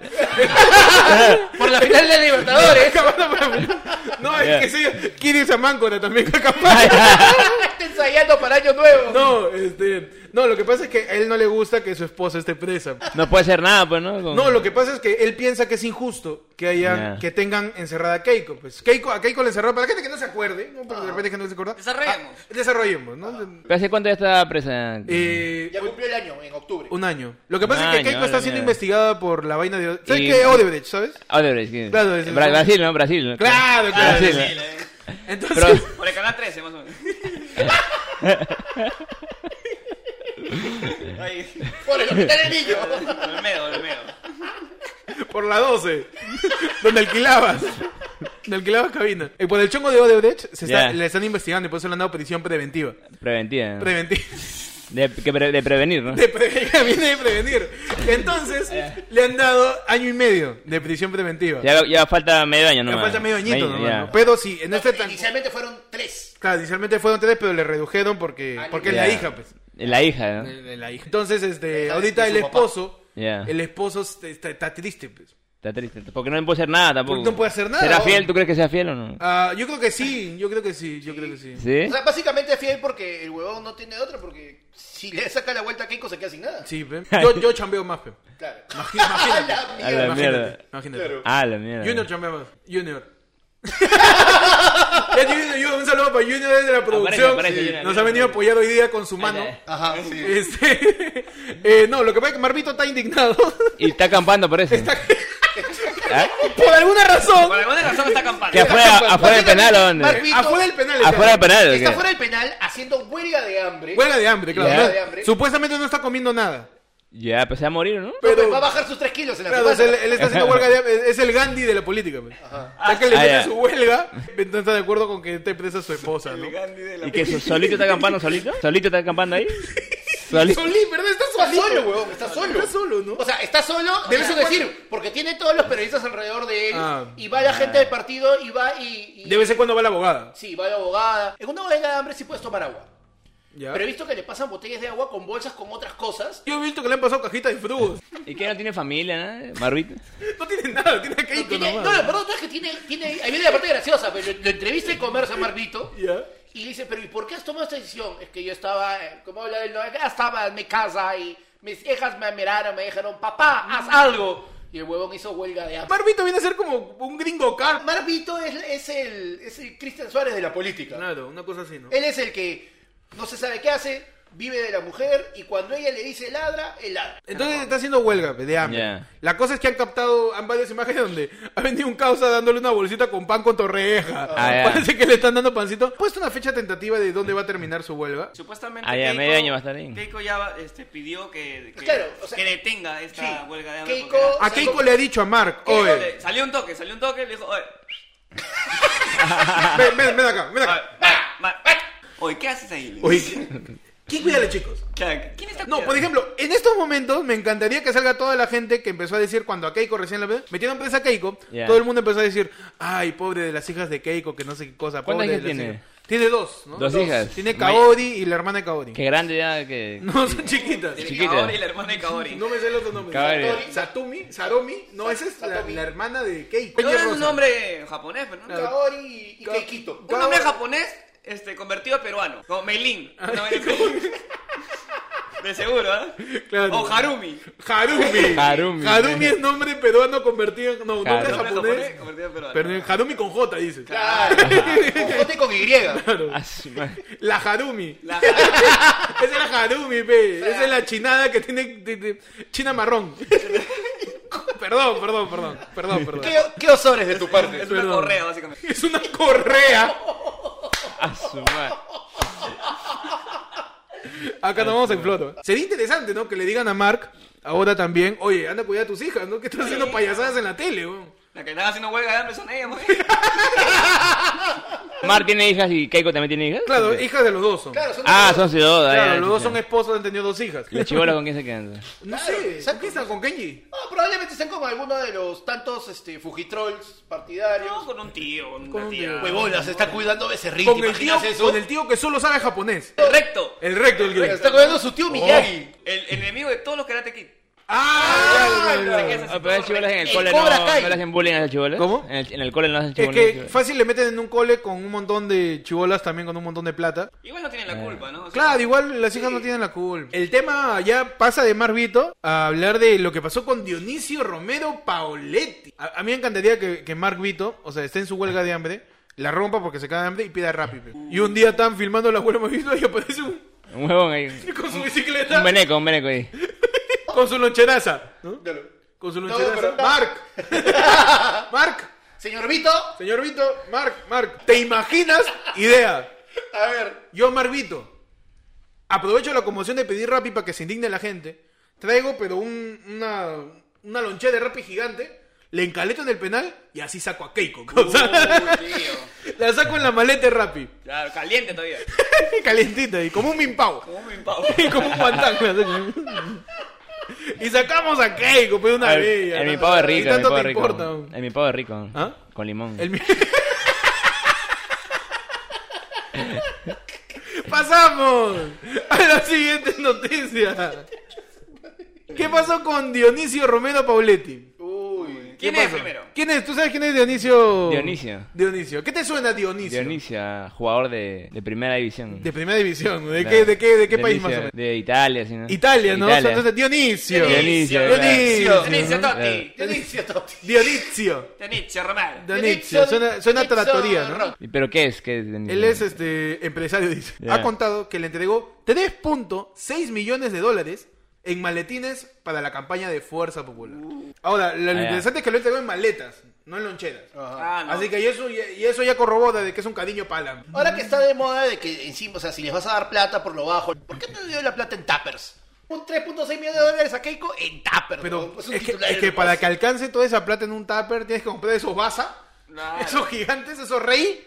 Speaker 3: Por la final de Libertadores.
Speaker 2: Acampando para- No, es
Speaker 1: Ya.
Speaker 2: que sí, quiere irse a Máncora también que
Speaker 1: Ah,
Speaker 2: acampar.
Speaker 1: ya.
Speaker 3: Está ensayando para Año Nuevo.
Speaker 2: No, este, no, lo que pasa es que a él no le gusta que su esposa esté presa.
Speaker 1: No puede hacer nada, pues, ¿no? Con-
Speaker 2: No, lo que pasa es que él piensa que es injusto que haya,
Speaker 1: Ya.
Speaker 2: que tengan encerrada a Keiko. Pues Keiko, a Keiko le encerró, para la gente que no se acuerde, ¿no? Porque de
Speaker 1: Ah.
Speaker 2: repente que no se acuerda.
Speaker 4: Desarrollemos.
Speaker 2: Ah, desarrollemos, ¿no?
Speaker 1: ¿Pero ¿Hace cuánto ya está presa?
Speaker 2: Eh,
Speaker 3: Ya cumplió el año, en octubre.
Speaker 2: un año. Lo que pasa
Speaker 1: Un
Speaker 2: es que
Speaker 1: año,
Speaker 2: Keiko
Speaker 1: a la
Speaker 2: está siendo
Speaker 1: mierda.
Speaker 2: investigada por la vaina de... ¿Sabes
Speaker 1: Y-
Speaker 2: qué? Odebrecht, ¿sabes?
Speaker 1: Odebrecht, sí.
Speaker 2: Claro, es-
Speaker 1: Bra- Ah, Brasil, ¿no? Brasil. ¿no?
Speaker 2: Claro, claro.
Speaker 1: Brasil.
Speaker 4: Sí, la-
Speaker 2: Entonces...
Speaker 1: Ah, Pero,
Speaker 4: Por el canal 13, más o menos. Ahí.
Speaker 3: Por el hospital del niño.
Speaker 4: Olmedo, Olmedo.
Speaker 2: Por la 12. donde alquilabas. Donde alquilabas cabina. Y por el chongo de Odebrecht se está-
Speaker 1: Ya. Ah.
Speaker 2: le están investigando y por eso le han dado prisión preventiva.
Speaker 1: preventiva. ¿no?
Speaker 2: Preventiva.
Speaker 1: De, que pre- de prevenir, ¿no?
Speaker 2: De pre- que viene de prevenir. Entonces, le han dado año y medio de prisión preventiva. Ya,
Speaker 1: Ya, ya falta medio año, ¿no?
Speaker 2: falta medio añito, ¿no?
Speaker 1: ya.
Speaker 2: mano? Pero sí, en este tan...
Speaker 3: Inicialmente fueron tres.
Speaker 2: Claro, inicialmente fueron tres, pero le redujeron porque,
Speaker 3: Ah,
Speaker 2: porque es
Speaker 1: Ya.
Speaker 2: la hija, pues.
Speaker 1: La hija, ¿no?
Speaker 2: Entonces, este,
Speaker 3: Hija de-
Speaker 2: ahorita
Speaker 3: de
Speaker 2: el
Speaker 3: su papá.
Speaker 2: esposo,
Speaker 1: Ya.
Speaker 2: el esposo está, está- está triste, pues.
Speaker 1: Está triste. Porque no puede hacer nada tampoco.
Speaker 2: Porque no puede hacer nada,
Speaker 1: ¿Será
Speaker 2: ¿no?
Speaker 1: fiel? ¿Tú crees que sea fiel o no?
Speaker 2: Ah, yo creo que sí, yo creo que sí, yo creo que sí.
Speaker 1: ¿Sí?
Speaker 3: O sea, básicamente es fiel porque el huevón no tiene otra, porque si le saca la vuelta a Keiko se queda sin nada.
Speaker 2: Sí, pe. Yo, yo chambeo más, pe.
Speaker 3: Claro.
Speaker 2: Imagi- Imagínate.
Speaker 3: A la
Speaker 1: A la
Speaker 2: imagínate,
Speaker 1: mierda.
Speaker 2: imagínate.
Speaker 3: Claro.
Speaker 1: Ah, la mierda.
Speaker 2: Junior chambea más. Junior. Ya, Junior, yo- un saludo para Junior desde la producción.
Speaker 1: aparece,
Speaker 2: Sí,
Speaker 1: Junior.
Speaker 2: Nos ha venido a apoyar hoy día con su mano.
Speaker 3: Ajá, sí.
Speaker 2: Este, eh, no, lo que pasa es que Marvito está indignado.
Speaker 1: Y está acampando, parece. ¿Ah?
Speaker 2: Por alguna razón.
Speaker 4: Por alguna razón está acampando.
Speaker 1: ¿Que afuera,
Speaker 2: acampando.
Speaker 1: afuera del penal o dónde?
Speaker 3: Marvin-
Speaker 2: Afuera del penal.
Speaker 1: Afuera del
Speaker 2: penal.
Speaker 1: penal. ¿o
Speaker 3: Está
Speaker 1: qué?
Speaker 3: fuera del penal haciendo huelga de hambre.
Speaker 2: Huelga de hambre, claro.
Speaker 1: Ya.
Speaker 2: No, Supuestamente no está comiendo nada.
Speaker 1: Ya, empecé a morir, ¿no?
Speaker 3: No,
Speaker 2: Pero-
Speaker 3: pues, va a bajar sus 3 kilos en la
Speaker 2: Claro, o
Speaker 3: semana.
Speaker 2: sea, él, él está haciendo huelga de hambre. Es el Gandhi de la política. pues. O sea, que le
Speaker 1: Ah,
Speaker 2: mete
Speaker 1: ya.
Speaker 2: su huelga. No está de acuerdo con que esté presa su esposa, ¿no?
Speaker 1: ¿Y que so- solito está acampando, solito? ¿Solito está acampando ahí? Solito.
Speaker 2: Solí, ¿verdad? Está
Speaker 3: Está
Speaker 2: solito.
Speaker 3: solo, huevón, está solo.
Speaker 2: Está solo, ¿no?
Speaker 3: O sea, está solo,
Speaker 2: De
Speaker 3: de
Speaker 2: vez
Speaker 3: eso
Speaker 2: en cuando-
Speaker 3: decir, porque tiene todos los periodistas alrededor de él,
Speaker 2: Ah.
Speaker 3: y va la gente del partido, y va y... y-
Speaker 2: De vez en cuando va la abogada.
Speaker 3: Sí, va la abogada. En una huelga de hambre sí puedes tomar agua.
Speaker 2: ¿Ya?
Speaker 3: Pero he visto que le pasan botellas de agua con bolsas con otras cosas.
Speaker 2: Yo he visto que le han pasado cajitas de frutos.
Speaker 1: ¿Y que no tiene familia, nada? ¿Marvito?
Speaker 2: No tiene nada, tiene que
Speaker 3: No,
Speaker 2: ir con
Speaker 3: tiene- no, lo perdón, no es que tiene, tiene... Ahí viene la parte graciosa, pero lo, lo entrevista y comerse a Marvito.
Speaker 2: ¿Ya?
Speaker 3: Y le dice, pero ¿y por qué has tomado esta decisión? Es que yo estaba, eh, como habla él, no, ya estaba en mi casa y mis hijas me miraron, me dijeron, papá, haz algo. Y el huevón hizo huelga de hambre.
Speaker 2: Marvito viene a ser como un gringo car.
Speaker 3: Marvito es, es el, es el Cristian Suárez de la política.
Speaker 2: Claro, una cosa así, ¿no?
Speaker 3: Él es el que no se sabe qué hace, vive de la mujer y cuando ella le dice ladra, él ladra.
Speaker 2: Entonces está haciendo huelga pe, de hambre.
Speaker 1: Ya.
Speaker 2: La cosa es que han captado han varias imágenes donde ha venido un causa dándole una bolsita con pan con torreja.
Speaker 1: Ah, ya.
Speaker 2: Parece que le están dando pancito. Puesto una fecha tentativa de dónde va a terminar su huelga.
Speaker 4: Supuestamente.
Speaker 1: Ah, ya, medio año va a estar ahí.
Speaker 4: Keiko ya va- este, pidió que, que,
Speaker 3: Claro, o sea,
Speaker 4: que detenga esta
Speaker 3: sí,
Speaker 4: huelga de hambre.
Speaker 3: Keiko-
Speaker 4: porque era-
Speaker 2: A Keiko le ha dicho a Mark,
Speaker 4: Keiko
Speaker 2: oye,
Speaker 4: le- Salió un toque, salió un toque le dijo, oye,
Speaker 2: ven, ven, ven acá, ven
Speaker 4: oye,
Speaker 2: acá.
Speaker 4: ma- ma- oye, ¿qué haces ahí? Le dijo.
Speaker 2: Oye, ¿quién- ¿quién cuida a los chicos?
Speaker 4: Claro, ¿Quién está
Speaker 2: No,
Speaker 4: cuidando?
Speaker 2: por ejemplo, en estos momentos me encantaría que salga toda la gente que empezó a decir cuando a Keiko recién la metieron presa a Keiko,
Speaker 1: Ya.
Speaker 2: todo el mundo empezó a decir, ay, pobre de las hijas de Keiko, que no sé qué cosa,
Speaker 1: ¿Cuántas
Speaker 2: pobre de
Speaker 1: hijas
Speaker 2: las
Speaker 1: tiene?
Speaker 2: Tiene dos, ¿no?
Speaker 1: Dos hijas.
Speaker 2: Tiene
Speaker 1: May-
Speaker 2: Kaori y la hermana de Kaori.
Speaker 1: Qué grande ya que...
Speaker 2: No, son chiquitas.
Speaker 4: El
Speaker 1: chiquita.
Speaker 4: Kaori y la hermana de Kaori.
Speaker 2: No me sé los otro nombre.
Speaker 1: Kaori.
Speaker 2: Satori- Satumi, Saromi, no, esa es la,
Speaker 3: Satomi.
Speaker 2: la hermana de Keiko.
Speaker 4: Pero
Speaker 2: Peña
Speaker 4: era un
Speaker 2: Rosa.
Speaker 4: nombre japonés, pero no.
Speaker 2: Claro.
Speaker 3: Kaori y
Speaker 2: Ka-
Speaker 3: Keikito.
Speaker 4: Un nombre japonés este, convertido a peruano. Como Meilin.
Speaker 2: Ah,
Speaker 4: No, era- de seguro, ¿eh?
Speaker 2: Claro.
Speaker 4: O Harumi.
Speaker 2: Harumi.
Speaker 1: Harumi.
Speaker 2: Harumi es nombre peruano convertido en... No, nombre
Speaker 1: Harumi.
Speaker 4: Un nombre japonés
Speaker 2: japonés.
Speaker 4: convertido a peruano.
Speaker 2: Pero en Harumi con J, dice.
Speaker 3: Claro. Con J y con Y.
Speaker 2: Claro.
Speaker 1: Ah, su madre.
Speaker 2: La Harumi.
Speaker 4: La-
Speaker 2: Esa es la Harumi, pe. Esa es la chinada que tiene de- de- China marrón. perdón, perdón, perdón. Perdón, perdón.
Speaker 3: ¿Qué, qué osores de tu parte?
Speaker 4: es una
Speaker 2: Perdón.
Speaker 4: correa, básicamente.
Speaker 2: Es una correa.
Speaker 1: Ah, su madre.
Speaker 2: Acá nos vamos en floto. Sería interesante, ¿no? Que le digan a Mark ahora también, oye, anda a cuidar a tus hijas, ¿no? Que estás haciendo payasadas en la tele, weón.
Speaker 4: La que estaba haciendo huelga de hambre son ellas, ¿no?
Speaker 1: ¿Mar tiene hijas y Keiko también tiene hijas?
Speaker 2: Claro,
Speaker 1: hijas.
Speaker 2: hijas de los dos son.
Speaker 3: Claro, son
Speaker 1: Ah,
Speaker 3: dos.
Speaker 1: son ciudadanos.
Speaker 2: Claro, los dos son esposos, han tenido dos hijas.
Speaker 1: ¿La chivola con quién se quedan? Ah,
Speaker 2: No
Speaker 3: Claro,
Speaker 2: sé,
Speaker 3: exacto.
Speaker 2: ¿qué están con Kenji?
Speaker 3: No, Ah, probablemente estén con alguno de los tantos este, fujitrolls
Speaker 4: No,
Speaker 3: partidarios.
Speaker 4: con un tío, con
Speaker 2: Con
Speaker 4: una
Speaker 2: un
Speaker 4: tía.
Speaker 2: tío.
Speaker 3: Huevonas, se está cuidando becerrito.
Speaker 2: Con el, tío,
Speaker 3: ¿Imaginas eso?
Speaker 2: con el tío que solo sabe japonés.
Speaker 4: Recto.
Speaker 2: El recto, el
Speaker 3: Se
Speaker 2: gringo.
Speaker 3: está cuidando su
Speaker 2: Oh.
Speaker 3: tío Miyagi.
Speaker 4: El, el enemigo de todos los Karate Kid.
Speaker 2: ¡Ah!
Speaker 4: Ah,
Speaker 2: ya, ya, ya.
Speaker 4: esa-
Speaker 1: Ah, pero las chivolas en el
Speaker 3: El
Speaker 1: cole no,
Speaker 3: Cobra Kai.
Speaker 1: no le hacen bullying a las chivolas.
Speaker 2: ¿Cómo?
Speaker 1: En el, en el cole no hacen
Speaker 2: Es
Speaker 1: chivolas.
Speaker 2: que fácil le meten en un cole con un montón de chibolas también con un montón de plata.
Speaker 4: Igual no
Speaker 1: Eh.
Speaker 4: tienen la culpa, ¿no? O sea,
Speaker 2: Claro, igual las hijas no tienen la culpa. El tema ya pasa de Marvito a hablar de lo que pasó con Dionisio Romero Paoletti. A, a mí me encantaría que, que Mark Vito, o sea, esté en su huelga de hambre, la rompa porque se cae de hambre y pida rápido. Y un día están filmando la huelga de Marvito y aparece un
Speaker 1: Un huevón ahí. Un
Speaker 2: con su bicicleta,
Speaker 1: veneco, un veneco ahí.
Speaker 2: con su loncheraza. ¿no?
Speaker 3: Claro.
Speaker 2: Con su
Speaker 3: No,
Speaker 2: loncheraza.
Speaker 3: pero no.
Speaker 2: Mark, Mark,
Speaker 3: Señor Vito,
Speaker 2: señor Vito, Mark, Mark. ¿Te imaginas? Idea.
Speaker 3: a ver.
Speaker 2: Yo, Marvito, aprovecho la conmoción de pedir Rappi para que se indigne la gente. Traigo, pero un- una, una lonchera de Rappi gigante. Le encaleto en el penal y así saco a Keiko. O sea,
Speaker 4: Uy,
Speaker 1: Uh.
Speaker 4: tío.
Speaker 2: la saco en la maleta de Rappi.
Speaker 4: Claro, caliente todavía.
Speaker 2: Calentita y como un mimpao.
Speaker 4: Como un pavo.
Speaker 2: Y como un guantán. la saco. y sacamos a Keiko, pero una
Speaker 1: El,
Speaker 2: vez.
Speaker 1: el mi pavo es
Speaker 2: ¿Y
Speaker 1: rico, el mi
Speaker 2: tanto
Speaker 1: pavo
Speaker 2: te
Speaker 1: es rico.
Speaker 2: importa?
Speaker 1: El mi pavo es rico.
Speaker 2: ¿Ah?
Speaker 1: Con limón.
Speaker 2: El mi- Pasamos a la siguiente noticia. ¿Qué pasó con Dionisio Romero Pauletti?
Speaker 3: Uy.
Speaker 2: ¿Qué
Speaker 4: ¿Quién es
Speaker 2: pasa?
Speaker 4: primero?
Speaker 2: ¿Quién es? ¿Tú sabes quién es Dionisio?
Speaker 1: Dionisio.
Speaker 2: Dionisio. ¿Qué te suena Dionisio?
Speaker 1: Dionisia, jugador de, de primera división.
Speaker 2: De primera división. ¿De
Speaker 1: Claro.
Speaker 2: qué, de qué, de qué país
Speaker 1: Dionisia,
Speaker 2: más o menos?
Speaker 1: De Italia, sí, ¿no?
Speaker 2: Italia, ¿no?
Speaker 1: Italia.
Speaker 2: Entonces, Dionisio.
Speaker 1: Dionisio. eh.
Speaker 2: Dionisio.
Speaker 4: Dionisio Totti.
Speaker 3: Dionisio Totti.
Speaker 2: Dionisio.
Speaker 4: Dionisio Romero.
Speaker 2: Dionisio. Suena, suena a tratoría, ¿no?
Speaker 3: Rock.
Speaker 1: ¿Y ¿Pero qué es? ¿Qué es Dionisio?
Speaker 2: Él es este empresario, dice.
Speaker 1: Ya.
Speaker 2: Ha contado que le entregó 3.6 millones de dólares en maletines para la campaña de Fuerza Popular. Ahora, lo
Speaker 1: Ah, ya.
Speaker 2: interesante es que lo entregó en maletas, no en loncheras.
Speaker 4: Ah, no.
Speaker 2: Así que y eso, y eso ya corrobora de que es un cariño pala.
Speaker 3: Ahora que está de moda de que encima, o sea, si les vas a dar plata por lo bajo, ¿por qué no le dio la plata en tappers? Un 3.6 millones de dólares a Keiko en tappers.
Speaker 2: Pero
Speaker 3: ¿no? pues,
Speaker 2: es,
Speaker 3: un
Speaker 2: que,
Speaker 3: titular
Speaker 2: es que para
Speaker 3: hermoso.
Speaker 2: que alcance toda esa plata en un tupper tienes que comprar esos basa.
Speaker 4: Claro.
Speaker 2: Esos gigantes, esos rey,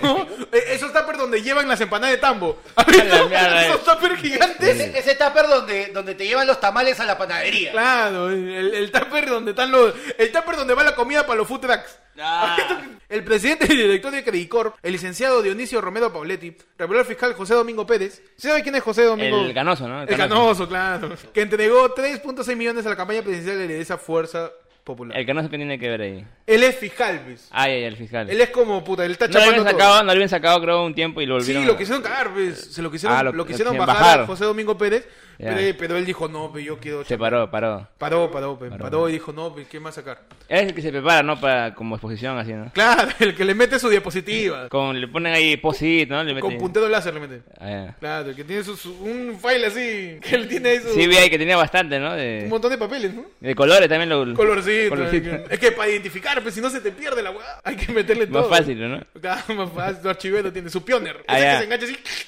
Speaker 2: ¿no? Eh, esos tuppers donde llevan las empanadas de tambo. ¿Has visto?
Speaker 1: La mierda, eh.
Speaker 2: esos tuppers gigantes.
Speaker 3: Ese, ese tupper donde, donde te llevan los tamales a la panadería.
Speaker 2: Claro, el, el tupper donde están los. El tupper donde va la comida para los food trucks.
Speaker 4: Ah.
Speaker 2: El presidente y director de Credicorp, el licenciado Dionisio Romero Pauletti, reveló al fiscal José Domingo Pérez. ¿Sí ¿Sabe quién es José Domingo?
Speaker 1: El ganoso, ¿no?
Speaker 2: El,
Speaker 1: El
Speaker 2: ganoso, claro. Que entregó 3.6 millones a la campaña presidencial de esa fuerza popular.
Speaker 1: El canoso que tiene que ver ahí.
Speaker 2: Él es fiscal, pues.
Speaker 1: Ay, ay, el fiscal.
Speaker 2: Él es como puta, él está
Speaker 1: Ah, No lo
Speaker 2: chapando
Speaker 1: habían
Speaker 2: todo.
Speaker 1: sacado, no lo habían sacado creo un tiempo y lo
Speaker 2: Sí,
Speaker 1: volvieron.
Speaker 2: lo
Speaker 1: a-
Speaker 2: quisieron cagar, pues. Se lo quisieron,
Speaker 1: Ah, lo-
Speaker 2: lo,
Speaker 1: lo
Speaker 2: quisieron
Speaker 1: quisieron
Speaker 2: bajar, a
Speaker 1: bajar.
Speaker 2: José Domingo Pérez,
Speaker 1: Ya.
Speaker 2: pero, eh, pero él dijo, no, pues yo quiero...
Speaker 1: Se paró, paró.
Speaker 2: Paró, paró, pues, paró,
Speaker 1: Paró.
Speaker 2: y dijo, no, pues, ¿qué más sacar?
Speaker 1: Él Es el que se prepara, ¿no? Para como exposición así, ¿no?
Speaker 2: Claro, el que le mete su diapositiva.
Speaker 1: Con, le ponen ahí posit, ¿no? Le
Speaker 2: Con
Speaker 1: meten...
Speaker 2: puntero láser le mete.
Speaker 1: Ah, ya.
Speaker 2: Claro, el que tiene su, su- un file así, que él tiene ahí su-
Speaker 1: Sí, vi ahí que tenía bastante, ¿no?
Speaker 2: un
Speaker 1: De,
Speaker 2: montón de papeles, ¿no?
Speaker 1: de colores también. Lo...
Speaker 2: Colorcito.
Speaker 1: Colorcito.
Speaker 2: eh, Es que para identificar, pues si no se te pierde la weá, hay que meterle
Speaker 1: Más
Speaker 2: todo.
Speaker 1: fácil, ¿no?
Speaker 2: Claro, más fácil. Tu archivero tiene su pioner.
Speaker 1: Ah,
Speaker 2: Ese que
Speaker 1: ya.
Speaker 2: se engancha así.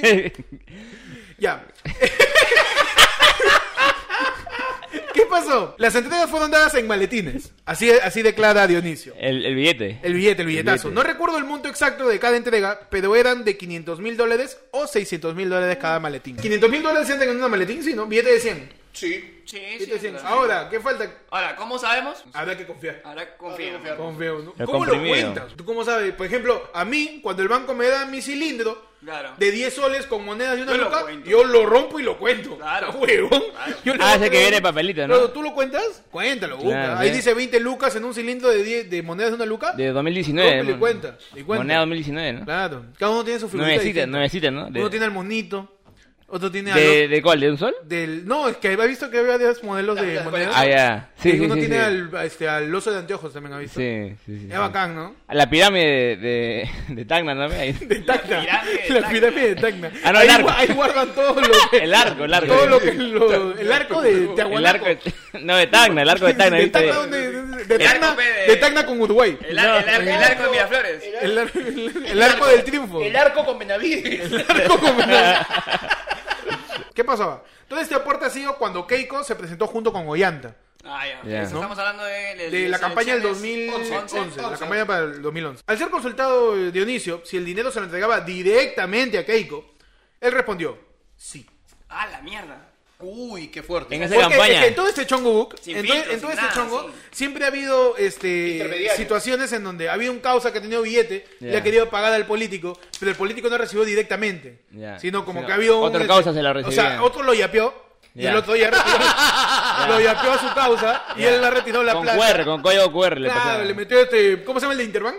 Speaker 1: ¿Qué
Speaker 2: Ya. ¿Qué pasó? Las entregas fueron dadas en maletines. Así, así declara Dionisio.
Speaker 1: El, el billete.
Speaker 2: El billete, el billetazo.
Speaker 1: billete.
Speaker 2: No recuerdo el monto exacto de cada entrega, pero eran de 500 mil dólares o 600 mil dólares cada maletín. 500 mil dólares entran en una maletín, sí, ¿no? Billete de 100.
Speaker 3: Sí.
Speaker 4: Sí,
Speaker 2: Billete de
Speaker 4: sí.
Speaker 2: 100.
Speaker 4: claro.
Speaker 2: Ahora, ¿qué falta?
Speaker 4: Ahora, ¿cómo sabemos?
Speaker 2: Habrá que confiar.
Speaker 4: Ahora confío.
Speaker 3: Ahora confío.
Speaker 2: Confío, ¿no?
Speaker 1: El
Speaker 2: ¿Cómo lo
Speaker 1: comprimido.
Speaker 2: cuentas? ¿Tú cómo sabes? Por ejemplo, a mí, cuando el banco me da mi cilindro
Speaker 4: Claro.
Speaker 2: de 10 soles con monedas de una
Speaker 4: Yo lo
Speaker 2: loca,
Speaker 4: cuento.
Speaker 2: yo lo rompo y lo cuento.
Speaker 4: Claro.
Speaker 2: Huevón. Yo le
Speaker 1: Ah,
Speaker 2: voy a
Speaker 1: ese que
Speaker 2: creer.
Speaker 1: viene en papelito, ¿no?
Speaker 2: Claro, ¿Tú lo cuentas? Cuéntalo, busca.
Speaker 1: Claro,
Speaker 2: Ahí
Speaker 1: sí.
Speaker 2: dice 20 lucas en un cilindro de, 10 de monedas de una luca.
Speaker 1: De 2019.
Speaker 2: Cómprele
Speaker 1: ¿no?
Speaker 2: cuenta, y cuenta.
Speaker 1: Moneda 2019, ¿no?
Speaker 2: Claro. Cada uno tiene su figurita.
Speaker 1: Nuevecita,
Speaker 2: distinta.
Speaker 1: nuevecita, ¿no? De,
Speaker 2: Uno tiene al monito, otro tiene al...
Speaker 1: de, ¿De cuál? ¿De un sol?
Speaker 2: Del... No, es que había visto que había varios modelos de
Speaker 3: Ah,
Speaker 2: monedas.
Speaker 1: Ah, ya. Sí,
Speaker 2: Y
Speaker 1: sí,
Speaker 2: uno
Speaker 1: sí,
Speaker 2: tiene
Speaker 1: sí.
Speaker 2: Al, a este, al oso de anteojos también, ha visto?
Speaker 1: Sí, sí, sí.
Speaker 2: Es
Speaker 1: sí.
Speaker 2: bacán, ¿no?
Speaker 1: A La pirámide de, de, de Tacna, ¿no? Ahí.
Speaker 2: de Tacna.
Speaker 4: La
Speaker 2: La pirámide de
Speaker 4: pirámide de Tacna.
Speaker 2: Tacna.
Speaker 1: Ah, no,
Speaker 2: ahí,
Speaker 1: el arco.
Speaker 2: gua- ahí guardan todo lo que.
Speaker 1: El arco, el arco.
Speaker 2: Todo lo que. lo- el arco de Tiahuanaco.
Speaker 1: El arco de, No, de Tacna, el arco de Tacna.
Speaker 2: De
Speaker 1: ¿viste?
Speaker 2: Tacna, donde- de- de
Speaker 4: El arco
Speaker 2: Tacna-
Speaker 4: de-
Speaker 2: de Tacna con Uruguay.
Speaker 4: El, ar- el ar- el arco de Miraflores.
Speaker 3: El,
Speaker 2: El,
Speaker 3: arco-
Speaker 2: ar- el- el arco del triunfo.
Speaker 3: el arco con Benavides.
Speaker 2: arco con- ¿Qué pasaba? Todo este aporte ha sido cuando Keiko se presentó junto con Ollanta.
Speaker 4: Ah, ya.
Speaker 1: Ya.
Speaker 4: Eso
Speaker 1: ¿No?
Speaker 4: Estamos hablando de, de-
Speaker 2: De la
Speaker 4: las
Speaker 2: campaña del
Speaker 4: elecciones
Speaker 2: 2011.
Speaker 4: 11.
Speaker 2: La campaña para el 2011. Al ser consultado eh, Dionisio, si el dinero se lo entregaba directamente a Keiko, él respondió: Sí.
Speaker 4: Ah, la mierda.
Speaker 3: Uy, qué fuerte.
Speaker 1: En esa
Speaker 2: Porque
Speaker 1: campaña.
Speaker 2: es que en todo este chongo book,
Speaker 4: Sin
Speaker 2: en, todo-
Speaker 4: filtro,
Speaker 2: en todo
Speaker 4: sin
Speaker 2: este
Speaker 4: nada,
Speaker 2: chongo,
Speaker 4: sí.
Speaker 2: siempre ha habido este
Speaker 3: Intermediarios.
Speaker 2: situaciones en donde ha habido un causa que ha tenido billete, le
Speaker 1: Ya.
Speaker 2: ha querido pagar al político, pero el político no recibió directamente.
Speaker 1: Ya.
Speaker 2: Sino como
Speaker 1: Sino
Speaker 2: que ha habido
Speaker 1: otro
Speaker 2: un- este,
Speaker 1: causa se la
Speaker 2: O sea,
Speaker 1: recibía.
Speaker 2: otro lo yapeó y
Speaker 1: Ya.
Speaker 2: el otro ya retiró- lo yapeó a su causa y él le retiró la
Speaker 1: con
Speaker 2: plata.
Speaker 1: QR, con código QR le
Speaker 2: Claro,
Speaker 1: pasaron.
Speaker 2: le metió este, ¿cómo se llama el de Interbank?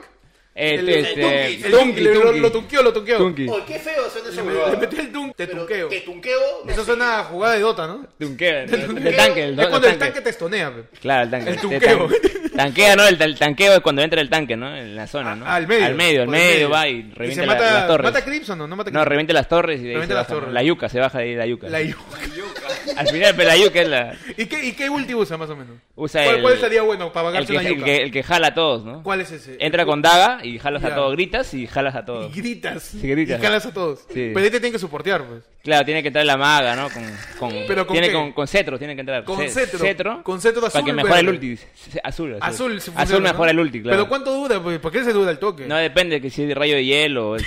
Speaker 1: Este,
Speaker 2: el-
Speaker 1: este,
Speaker 3: el
Speaker 2: El tunqui, le- lo,
Speaker 1: tunqui.
Speaker 2: lo tunqueó, lo tunqueó.
Speaker 1: Tunqui.
Speaker 3: Uy, qué feo suena esa
Speaker 2: Le,
Speaker 3: huevada.
Speaker 2: le metió el tunqui, te
Speaker 3: Pero
Speaker 2: tunqueo.
Speaker 3: Te tunqueo.
Speaker 2: Eso suena a jugada de Dota, ¿no?
Speaker 1: Tunquea, el el tanque, el,
Speaker 2: es
Speaker 1: el
Speaker 2: cuando el tanque testonea. pe.
Speaker 1: Claro, el tanque. Este,
Speaker 2: El tunqueo.
Speaker 1: tan- Tanquea, ¿no? El, el tanqueo es cuando entra el tanque, ¿no? En la zona, ¿no?
Speaker 2: Ah, al medio.
Speaker 1: Al medio, al
Speaker 2: Por el
Speaker 1: medio va y revienta
Speaker 2: se
Speaker 1: la-
Speaker 2: mata,
Speaker 1: las torres.
Speaker 2: ¿Mata a Crimson o no mata a
Speaker 1: no,
Speaker 2: Crimson?
Speaker 1: revienta las torres y de ahí
Speaker 2: Revienta
Speaker 1: se
Speaker 2: las
Speaker 1: baja, ¿no?
Speaker 2: torres.
Speaker 1: La yuca, se baja de ahí la yuca.
Speaker 2: La Yu-
Speaker 4: La yuca.
Speaker 1: Al final, pero la yuca es la...
Speaker 2: ¿Y qué, ¿Y qué ulti usa más o menos?
Speaker 1: Usa
Speaker 2: ¿Cuál,
Speaker 1: el-
Speaker 2: cuál estaría bueno para
Speaker 1: El
Speaker 2: pagarse
Speaker 1: que,
Speaker 2: una
Speaker 1: el,
Speaker 2: yuca?
Speaker 1: que, el que jala a todos, ¿no?
Speaker 2: ¿Cuál es ese?
Speaker 1: Entra con daga y jalas
Speaker 2: Ya.
Speaker 1: a todos, gritas y jalas a
Speaker 2: Y
Speaker 1: todos.
Speaker 2: gritas.
Speaker 1: Sí, gritas.
Speaker 2: Y calas a todos.
Speaker 1: Sí.
Speaker 2: Pero ahí te tienen que soportear, pues.
Speaker 1: Claro, tiene que entrar la maga, ¿no? Con, con,
Speaker 2: ¿Pero con
Speaker 1: tiene
Speaker 2: qué?
Speaker 1: con, con cetro, tiene que entrar.
Speaker 2: Con
Speaker 1: Ce-
Speaker 2: cetro. Con cetro azul,
Speaker 1: Para que mejore el
Speaker 2: verde.
Speaker 1: ulti. Ce- Azul, azul.
Speaker 2: Azul, si
Speaker 1: azul
Speaker 2: funciona, ¿no?
Speaker 1: mejora el ulti, claro.
Speaker 2: Pero ¿cuánto dura? Pues? ¿Por qué se duda el toque?
Speaker 1: No depende que si es de rayo de hielo o es,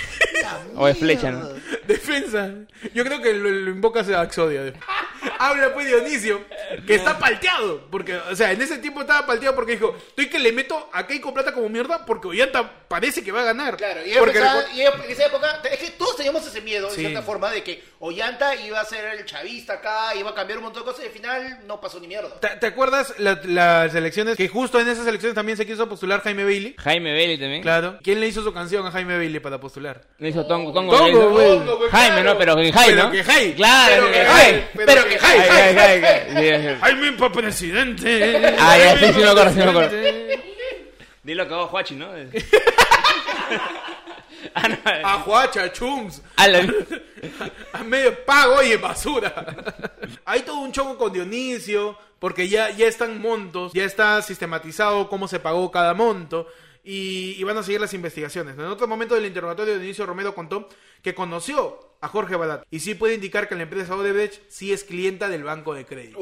Speaker 1: o es flecha, ¿no?
Speaker 2: Defensa. Yo creo que lo, lo invocas a Axodia. habla pues Dionisio, que está palteado. Porque, o sea, en ese tiempo estaba palteado porque dijo, estoy que le meto a Keiko Plata como mierda porque Ollanta parece que va a ganar.
Speaker 3: Claro, y, ella
Speaker 2: porque
Speaker 3: pensaba-
Speaker 2: recu-
Speaker 3: y ella- en esa época, es que todos teníamos ese miedo,
Speaker 2: Sí.
Speaker 3: en cierta forma, de que Ollanta iba a ser el chavista acá, iba a cambiar un montón de cosas y al final no pasó ni mierda.
Speaker 2: ¿Te, te acuerdas la- las elecciones? Que justo en esas elecciones también se quiso postular Jaime Bailey.
Speaker 1: Jaime Bailey también.
Speaker 2: Claro. ¿Quién le hizo su canción a Jaime Bailey para postular?
Speaker 1: No hizo Tongo, Tongo,
Speaker 2: Tongo,
Speaker 1: Bailey, ¿no?
Speaker 2: güey.
Speaker 3: Tongo, güey,
Speaker 1: Jaime,
Speaker 3: claro.
Speaker 1: ¿no? Pero que Jaime,
Speaker 2: Pero
Speaker 1: ¿no?
Speaker 2: que Jai.
Speaker 1: Claro,
Speaker 2: Pero que Jai.
Speaker 1: Jaime.
Speaker 2: Pero que Jai.
Speaker 1: Ay, ay, ay, ay, ay.
Speaker 2: Jaime para presidente.
Speaker 1: Ah, ya, sí, sí me acuerdo, sí me acuerdo.
Speaker 2: Presidente.
Speaker 1: Dilo que hago Juachi, ¿no? ah, no.
Speaker 2: Ajuacha, chums.
Speaker 1: Ah, la-
Speaker 2: A medio pago y en basura. Hay todo un choco con Dionisio, porque ya, ya están montos, ya está sistematizado cómo se pagó cada monto. Y, y van a seguir las investigaciones. En otro momento del interrogatorio, Dionisio Romero contó que conoció a Jorge Balat. Y sí puede indicar que la empresa Odebrecht sí es clienta del banco de crédito.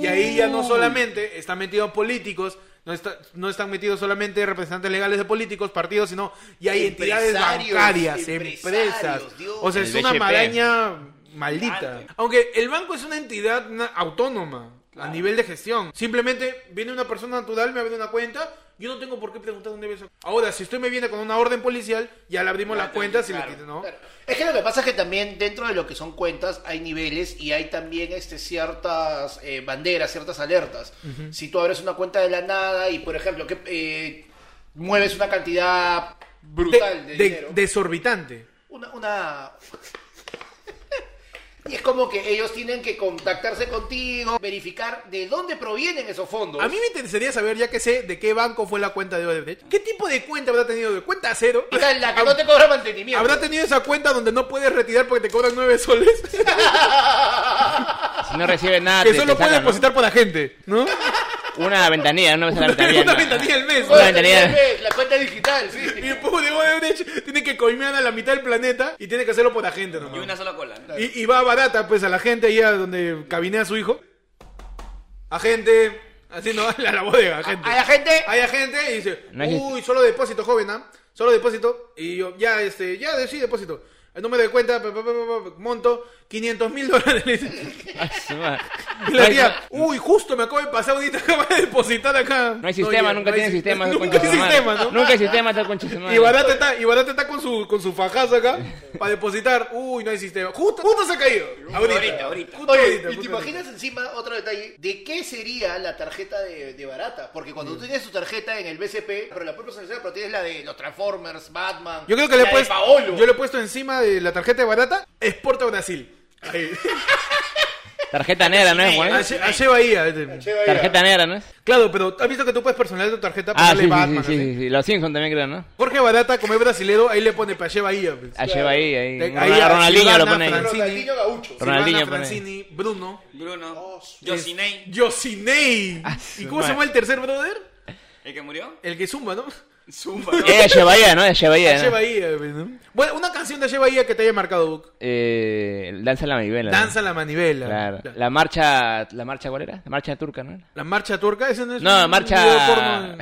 Speaker 2: Y ahí ya no solamente están metidos políticos, no, está- no están metidos solamente representantes legales de políticos, partidos, sino y hay entidades
Speaker 3: Empresarios,
Speaker 2: bancarias,
Speaker 3: empresarios,
Speaker 2: empresas.
Speaker 3: Dios.
Speaker 2: O sea, es
Speaker 1: El
Speaker 2: una
Speaker 1: BHP.
Speaker 2: maraña maldita. Aunque el banco es una entidad na- autónoma a nivel de gestión. Simplemente viene una persona natural, me abre una cuenta. Yo no tengo por qué preguntar dónde viene esa- Ahora, si usted me viene con una orden policial, ya le abrimos la cuenta. Si le quita- ¿no?
Speaker 3: Claro. Es que lo que pasa es que también dentro de lo que son cuentas hay niveles y hay también este, ciertas eh, banderas, ciertas alertas. Si tú abres una cuenta de la nada y, por ejemplo, que eh, mueves una cantidad brutal de,
Speaker 2: De- de-
Speaker 3: dinero.
Speaker 2: desorbitante.
Speaker 3: Una, una... Y es como que ellos tienen que contactarse contigo, verificar de dónde provienen esos fondos.
Speaker 2: A mí me interesaría saber, ya que sé de qué banco fue la cuenta de Odebrecht, ¿qué tipo de cuenta habrá tenido? ¿De cuenta cero?
Speaker 3: O sea, la que no te cobra mantenimiento.
Speaker 2: ¿Habrá tenido esa cuenta donde no puedes retirar porque te cobran nueve soles?
Speaker 1: si no recibe nada,
Speaker 2: que
Speaker 1: Ah, te-
Speaker 2: solo
Speaker 1: te sacan,
Speaker 2: puedes
Speaker 1: ¿no?
Speaker 2: depositar por la gente, ¿no?
Speaker 1: Una ventanilla, no me sale la ventanilla.
Speaker 2: Una
Speaker 1: ¿no?
Speaker 2: ventanilla al mes.
Speaker 3: No,
Speaker 1: Una
Speaker 2: ¿no?
Speaker 1: ventanilla.
Speaker 3: la- La cuenta digital, sí.
Speaker 2: Y el pobre de Odebrecht tiene que coimear a la mitad del planeta y tiene que hacerlo por la gente, ¿no?
Speaker 4: Y una sola cola. ¿no?
Speaker 2: Y, y va barata, pues, a la gente ahí a donde cabinea su hijo. Agente, haciendo la, la bodega,
Speaker 4: Ah,
Speaker 2: agente.
Speaker 3: A la gente
Speaker 2: Hay gente y dice,
Speaker 1: No existe.
Speaker 2: uy, solo depósito, joven, ¿ah? Solo depósito. Y yo, ya, este, ya, de- sí, depósito. Eh, El número de cuenta, pa, pa, pa, pa, pa, monto, 500 mil dólares. le dice.
Speaker 1: Ah, su madre.
Speaker 2: Y la tía, uy, justo me acabo de pasar ahorita, acaba de depositar acá.
Speaker 1: No hay sistema,
Speaker 2: ya,
Speaker 1: nunca
Speaker 2: no hay
Speaker 1: tiene
Speaker 2: si-
Speaker 1: sistema. esa
Speaker 2: Nunca
Speaker 1: concha
Speaker 2: hay
Speaker 1: de su madre.
Speaker 2: sistema, ¿no?
Speaker 1: Nunca hay sistema, esa concha de su madre.
Speaker 2: Y Barata está, y Barata está con su, con su fajazo acá para depositar. Uy, no hay sistema. Justo, justo se ha caído. Ahorita,
Speaker 4: ahorita, ahorita.
Speaker 2: Justo
Speaker 3: Oye,
Speaker 2: ahorita,
Speaker 3: y te
Speaker 2: justo
Speaker 3: imaginas encima otro detalle de qué sería la tarjeta de, de barata. Porque cuando tú tienes tu tarjeta en el BCP, pero la propia sociedad, pero tienes la de los Transformers, Batman.
Speaker 2: Yo creo que le he
Speaker 3: la de
Speaker 2: puesto.
Speaker 3: Paolo.
Speaker 2: Yo le he puesto encima de la tarjeta de barata. Exporta a Brasil. Ahí.
Speaker 1: Tarjeta negra, ¿no es, Juan?
Speaker 2: Ashe- Ashe Bahía, este.
Speaker 3: Che, vaya.
Speaker 1: Tarjeta negra, ¿no es?
Speaker 2: Claro, pero has visto que tú puedes personalizar tu tarjeta para
Speaker 1: Ah, sí,
Speaker 2: darle
Speaker 1: sí,
Speaker 2: Batman.
Speaker 1: sí, sí,
Speaker 2: así?
Speaker 1: sí, sí. Los Simpsons también creo, ¿no?
Speaker 2: Jorge Barata, como es brasilero, ahí le pone Pache Bahía. pues.
Speaker 1: Ah, lleva ahí, ahí.
Speaker 2: Ahí
Speaker 1: Ronald-
Speaker 2: a
Speaker 1: Ronaldinho lo
Speaker 2: Silvana
Speaker 1: pone ahí.
Speaker 2: Francisco.
Speaker 3: Ronaldinho Gaucho.
Speaker 1: Ro- Ronaldinho
Speaker 2: Silvana
Speaker 1: pone ahí.
Speaker 2: Francini, Bruno.
Speaker 4: Bruno,
Speaker 3: sí.
Speaker 4: Josinei,
Speaker 2: Yosinei.
Speaker 1: Ah, su
Speaker 2: ¿Y cómo se
Speaker 1: madre.
Speaker 2: llama el tercer brother?
Speaker 4: el que murió.
Speaker 2: El que zumba, ¿no?
Speaker 4: Zumba. ¿no?
Speaker 1: Ella lleva ahí, Eh, ¿no? Ella lleva ahí,
Speaker 2: Pache
Speaker 1: ¿no?
Speaker 2: Bahía. pues, ¿no? Bueno, una canción de Pache Bahía que te haya marcado, Book.
Speaker 1: Eh, Danza la manivela. ¿no?
Speaker 2: Danza la manivela.
Speaker 1: Claro.
Speaker 2: La,
Speaker 1: La marcha, ¿la marcha cuál era? La marcha turca, ¿no?
Speaker 2: la marcha turca, ese no es
Speaker 1: No,
Speaker 2: un
Speaker 1: marcha-
Speaker 2: video porno.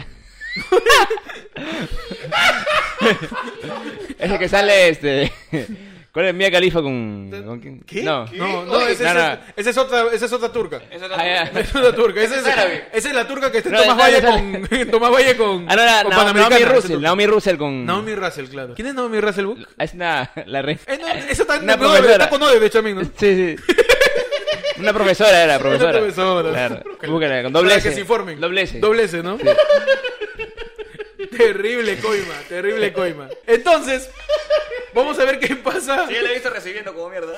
Speaker 1: Ese que sale, este... ¿Cuál es Mía Califa con... con quién?
Speaker 2: ¿Qué?
Speaker 1: No.
Speaker 2: no, no,
Speaker 3: Oye,
Speaker 2: ese,
Speaker 1: no,
Speaker 2: ese-
Speaker 1: no.
Speaker 2: esa es otra, esa es otra turca.
Speaker 4: Esa es la
Speaker 1: Ah, ya.
Speaker 4: tuya.
Speaker 2: Esa es la turca, esa
Speaker 3: Esa
Speaker 2: es,
Speaker 3: es árabe.
Speaker 2: esa es la turca que está en
Speaker 1: No,
Speaker 2: Tomás
Speaker 1: no,
Speaker 2: Valle
Speaker 1: esa-
Speaker 2: con en Tomás Valle con,
Speaker 1: Ah, no, era
Speaker 2: con
Speaker 1: Na-
Speaker 2: Panamericana,
Speaker 1: Naomi
Speaker 2: esa
Speaker 1: Russell.
Speaker 2: turca.
Speaker 1: Naomi Russell con...
Speaker 2: Naomi Russell, claro. ¿Quién es Naomi Russell Book?
Speaker 1: Es una... La reina.
Speaker 2: Eh, no, esa está, en
Speaker 1: Una
Speaker 2: no,
Speaker 1: profesora.
Speaker 2: está con Odebrecht también, ¿no?
Speaker 1: Eh, Sí, sí. Una profesora era, profesora.
Speaker 2: Una profesora.
Speaker 1: Claro. Búscala, con doble
Speaker 2: Para
Speaker 1: S.
Speaker 2: que se informen.
Speaker 1: Doble S.
Speaker 2: Doble S, ¿no? terrible coima, terrible coima. Entonces, vamos a ver qué pasa.
Speaker 4: Sí, ya la he visto recibiendo como mierda.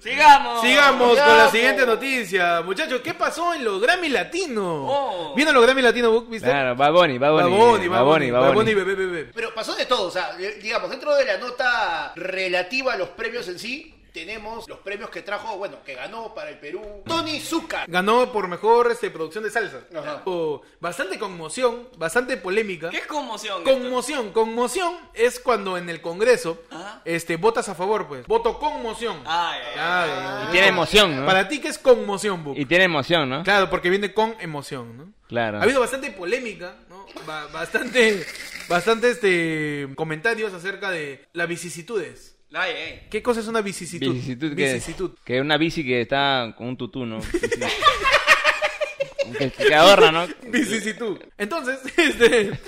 Speaker 4: Sigamos.
Speaker 2: Sigamos
Speaker 3: Ya,
Speaker 2: con la
Speaker 3: po.
Speaker 4: pues.
Speaker 2: siguiente noticia, muchachos. ¿Qué pasó en los Grammy Latino?
Speaker 4: Oh.
Speaker 2: ¿Vieron los Grammy Latino, Book? ¿Viste?
Speaker 1: Claro, Baboni, Baboni.
Speaker 2: Baboni,
Speaker 1: Baboni.
Speaker 2: Baboni, Baboni, bebé, bebé.
Speaker 3: Pero pasó de todo, o sea, eh, digamos, dentro de la nota relativa a los premios en sí, tenemos los premios que trajo, bueno, que ganó para el Perú Tony Zúcar.
Speaker 2: Ganó por mejor este, producción de salsa.
Speaker 3: Ajá.
Speaker 2: O bastante conmoción, bastante polémica.
Speaker 4: ¿Qué es conmoción? Héctor?
Speaker 2: Conmoción, conmoción es cuando en el Congreso
Speaker 4: Ajá.
Speaker 2: este, votas a favor, pues. Voto conmoción.
Speaker 4: Ay,
Speaker 2: Ah.
Speaker 4: ay, ay.
Speaker 1: Y tiene emoción, ¿no?
Speaker 2: Para ti, ¿qué es conmoción, Buc?
Speaker 1: Y tiene emoción, ¿no?
Speaker 2: Claro, porque viene con emoción, ¿no?
Speaker 1: Claro.
Speaker 2: Ha habido bastante polémica, ¿no? Ba- bastante, bastante este, comentarios acerca de las vicisitudes.
Speaker 4: Ay, ay.
Speaker 2: ¿Qué cosa es una vicisitud?
Speaker 1: Vicisitud, que,
Speaker 2: Vicisitud.
Speaker 1: que es una bici que está con un tutú, ¿no? que, que adorna, ¿no?
Speaker 2: Vicisitud. Entonces, este,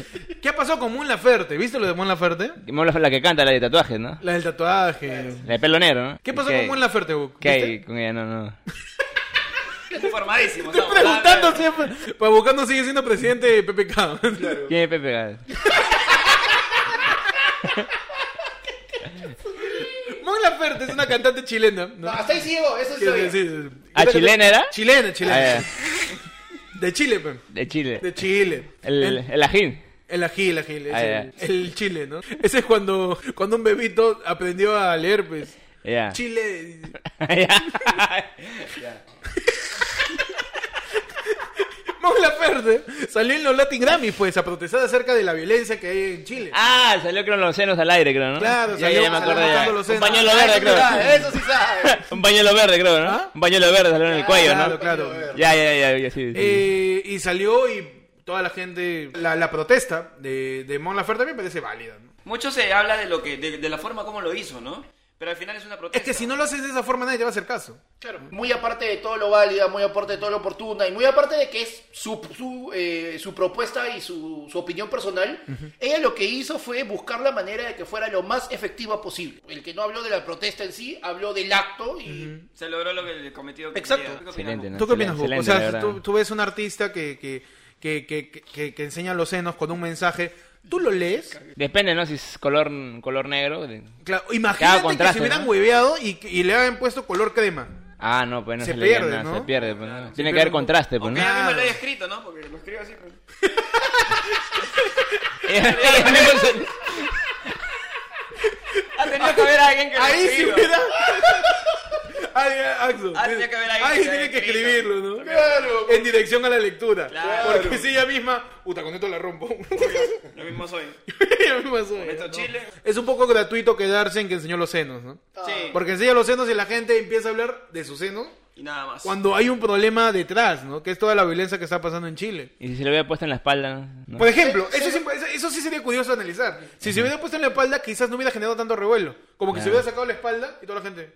Speaker 2: ¿qué ha pasado con Mon Laferte? ¿Viste lo de Mon Laferte?
Speaker 1: Que mola La que canta, la de tatuajes, ¿no?
Speaker 2: La del tatuaje.
Speaker 1: La de pelo negro, ¿no?
Speaker 2: ¿Qué pasó
Speaker 1: Que-
Speaker 2: con Mon Laferte, Buc?
Speaker 1: ¿Qué hay
Speaker 2: ¿Viste?
Speaker 1: con ella? No, no.
Speaker 4: Informadísimo.
Speaker 2: Estoy
Speaker 4: estamos.
Speaker 2: preguntando siempre. Pues buscando sigue siendo presidente de PPK.
Speaker 1: ¿Quién es Pepe Gal?
Speaker 2: Mon Laferte es una cantante chilena. ¿no?
Speaker 3: No, hasta ahí sí llegó, eso
Speaker 2: Sí,
Speaker 3: sí
Speaker 2: sí,
Speaker 3: sabía.
Speaker 2: sí, sí.
Speaker 1: ¿Ah, chilena era?
Speaker 2: Chilena, chilena.
Speaker 1: Ah, ya.
Speaker 2: De Chile, pe.
Speaker 1: De Chile.
Speaker 2: De Chile.
Speaker 1: El, el, el ajín.
Speaker 2: El ají, el ají, es
Speaker 1: Ah,
Speaker 2: el, el chile, ¿no? Ese es cuando, cuando un bebito aprendió a leer, pues.
Speaker 1: Ya.
Speaker 2: Chile.
Speaker 1: Ya.
Speaker 2: Mon Laferte salió en los Latin Grammys, pues, a protestar acerca de la violencia que hay en Chile.
Speaker 1: ah, salió con los senos al aire, creo, ¿no?
Speaker 2: Claro,
Speaker 1: ya,
Speaker 2: salió-
Speaker 1: ya me
Speaker 2: salió
Speaker 1: acuerdo
Speaker 2: mostrando
Speaker 1: ya.
Speaker 2: los
Speaker 1: Un
Speaker 2: senos.
Speaker 1: pañuelo
Speaker 3: Ah,
Speaker 1: verde,
Speaker 3: eso sí sabe,
Speaker 1: creo.
Speaker 3: Eso sí sabe.
Speaker 1: Un pañuelo verde, creo, ¿no?
Speaker 2: ¿Ah?
Speaker 1: Un pañuelo verde salió en el cuello,
Speaker 2: claro,
Speaker 1: ¿no?
Speaker 2: claro.
Speaker 1: Ya, ya, ya, ya, sí, sí.
Speaker 2: Eh, y salió y toda la gente. La, la protesta de, de Mon Laferte me parece válida, ¿no?
Speaker 4: Mucho se habla de lo que, de, de la forma como lo hizo, ¿no? Pero al final es una
Speaker 2: Es
Speaker 4: protesta.
Speaker 2: que si no lo haces de esa forma, nadie te va a hacer caso.
Speaker 3: Claro, muy aparte de todo lo válida, muy aparte de todo lo oportuna y muy aparte de que es su, su, eh, su propuesta y su, su opinión personal, ella lo que hizo fue buscar la manera de que fuera lo más efectiva posible. El que no habló de la protesta en sí, habló del acto y
Speaker 4: Se logró lo que el cometido que
Speaker 2: Exacto.
Speaker 4: quería. ¿Qué opinamos?
Speaker 1: Excelente, ¿no?
Speaker 2: ¿Tú qué opinas, Hugo?
Speaker 1: Excelente,
Speaker 2: O
Speaker 1: la verdad.
Speaker 2: sea, tú, tú ves un artista que, que, que, que, que- que enseña los senos con un mensaje. ¿Tú lo lees?
Speaker 1: Depende, ¿no? Si es color, color negro. de-
Speaker 2: Claro, imagínate que
Speaker 1: contraste,
Speaker 2: se hubieran
Speaker 1: ¿no?
Speaker 2: hueveado y, y le habían puesto color crema.
Speaker 1: Ah, no, pues no
Speaker 2: Se
Speaker 1: se, le ve
Speaker 2: pierde,
Speaker 1: nada,
Speaker 2: ¿no?
Speaker 1: Se pierde, pues, ¿no?
Speaker 2: Claro, se
Speaker 1: Tiene que
Speaker 2: pierde
Speaker 1: haber
Speaker 2: un poco.
Speaker 1: contraste, pues,
Speaker 4: Aunque
Speaker 1: ¿no?
Speaker 4: ella misma
Speaker 2: Claro.
Speaker 4: lo haya escrito, ¿no? Porque lo escribe así. pues.
Speaker 1: Ella- ella misma se-
Speaker 4: Ha tenido que haber alguien que lo
Speaker 2: Ahí sí
Speaker 4: escriba.
Speaker 2: hubiera. Ay, Axel.
Speaker 4: Ah, tenía que haber alguien
Speaker 2: Alguien
Speaker 4: que
Speaker 2: tiene que
Speaker 4: escrito.
Speaker 2: escribirlo, ¿no?
Speaker 3: Claro.
Speaker 2: En dirección a la lectura.
Speaker 4: Claro.
Speaker 2: Porque si ella misma. Puta, con esto la rompo.
Speaker 4: Lo mismo soy.
Speaker 2: Ella misma soy,
Speaker 4: Esto
Speaker 2: ¿no?
Speaker 4: Chile.
Speaker 2: Es un poco gratuito quedarse en que enseñó los senos, ¿no?
Speaker 4: Sí.
Speaker 2: Ah. Porque enseña los senos y la gente empieza a hablar de sus senos
Speaker 4: Y nada más.
Speaker 2: cuando hay un problema detrás, ¿no? Que es toda la violencia que está pasando en Chile.
Speaker 1: Y si se lo hubiera puesto en la espalda, ¿no?
Speaker 2: Por ejemplo, eso, sí- eso- eso sí sería curioso analizar. Si se hubiera puesto en la espalda, quizás no hubiera generado tanto revuelo. Como que se
Speaker 1: Claro.
Speaker 2: hubiera sacado la espalda y toda la gente.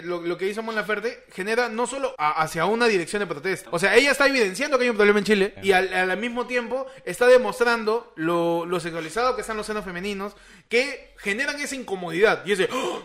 Speaker 2: Lo, lo que hizo Mon Laferte genera no solo a- hacia una dirección de protesta. O sea, ella está evidenciando que hay un problema en Chile y al, al mismo tiempo está demostrando lo, lo sexualizado que están los senos femeninos que generan esa incomodidad. Y ese, "¡Ah!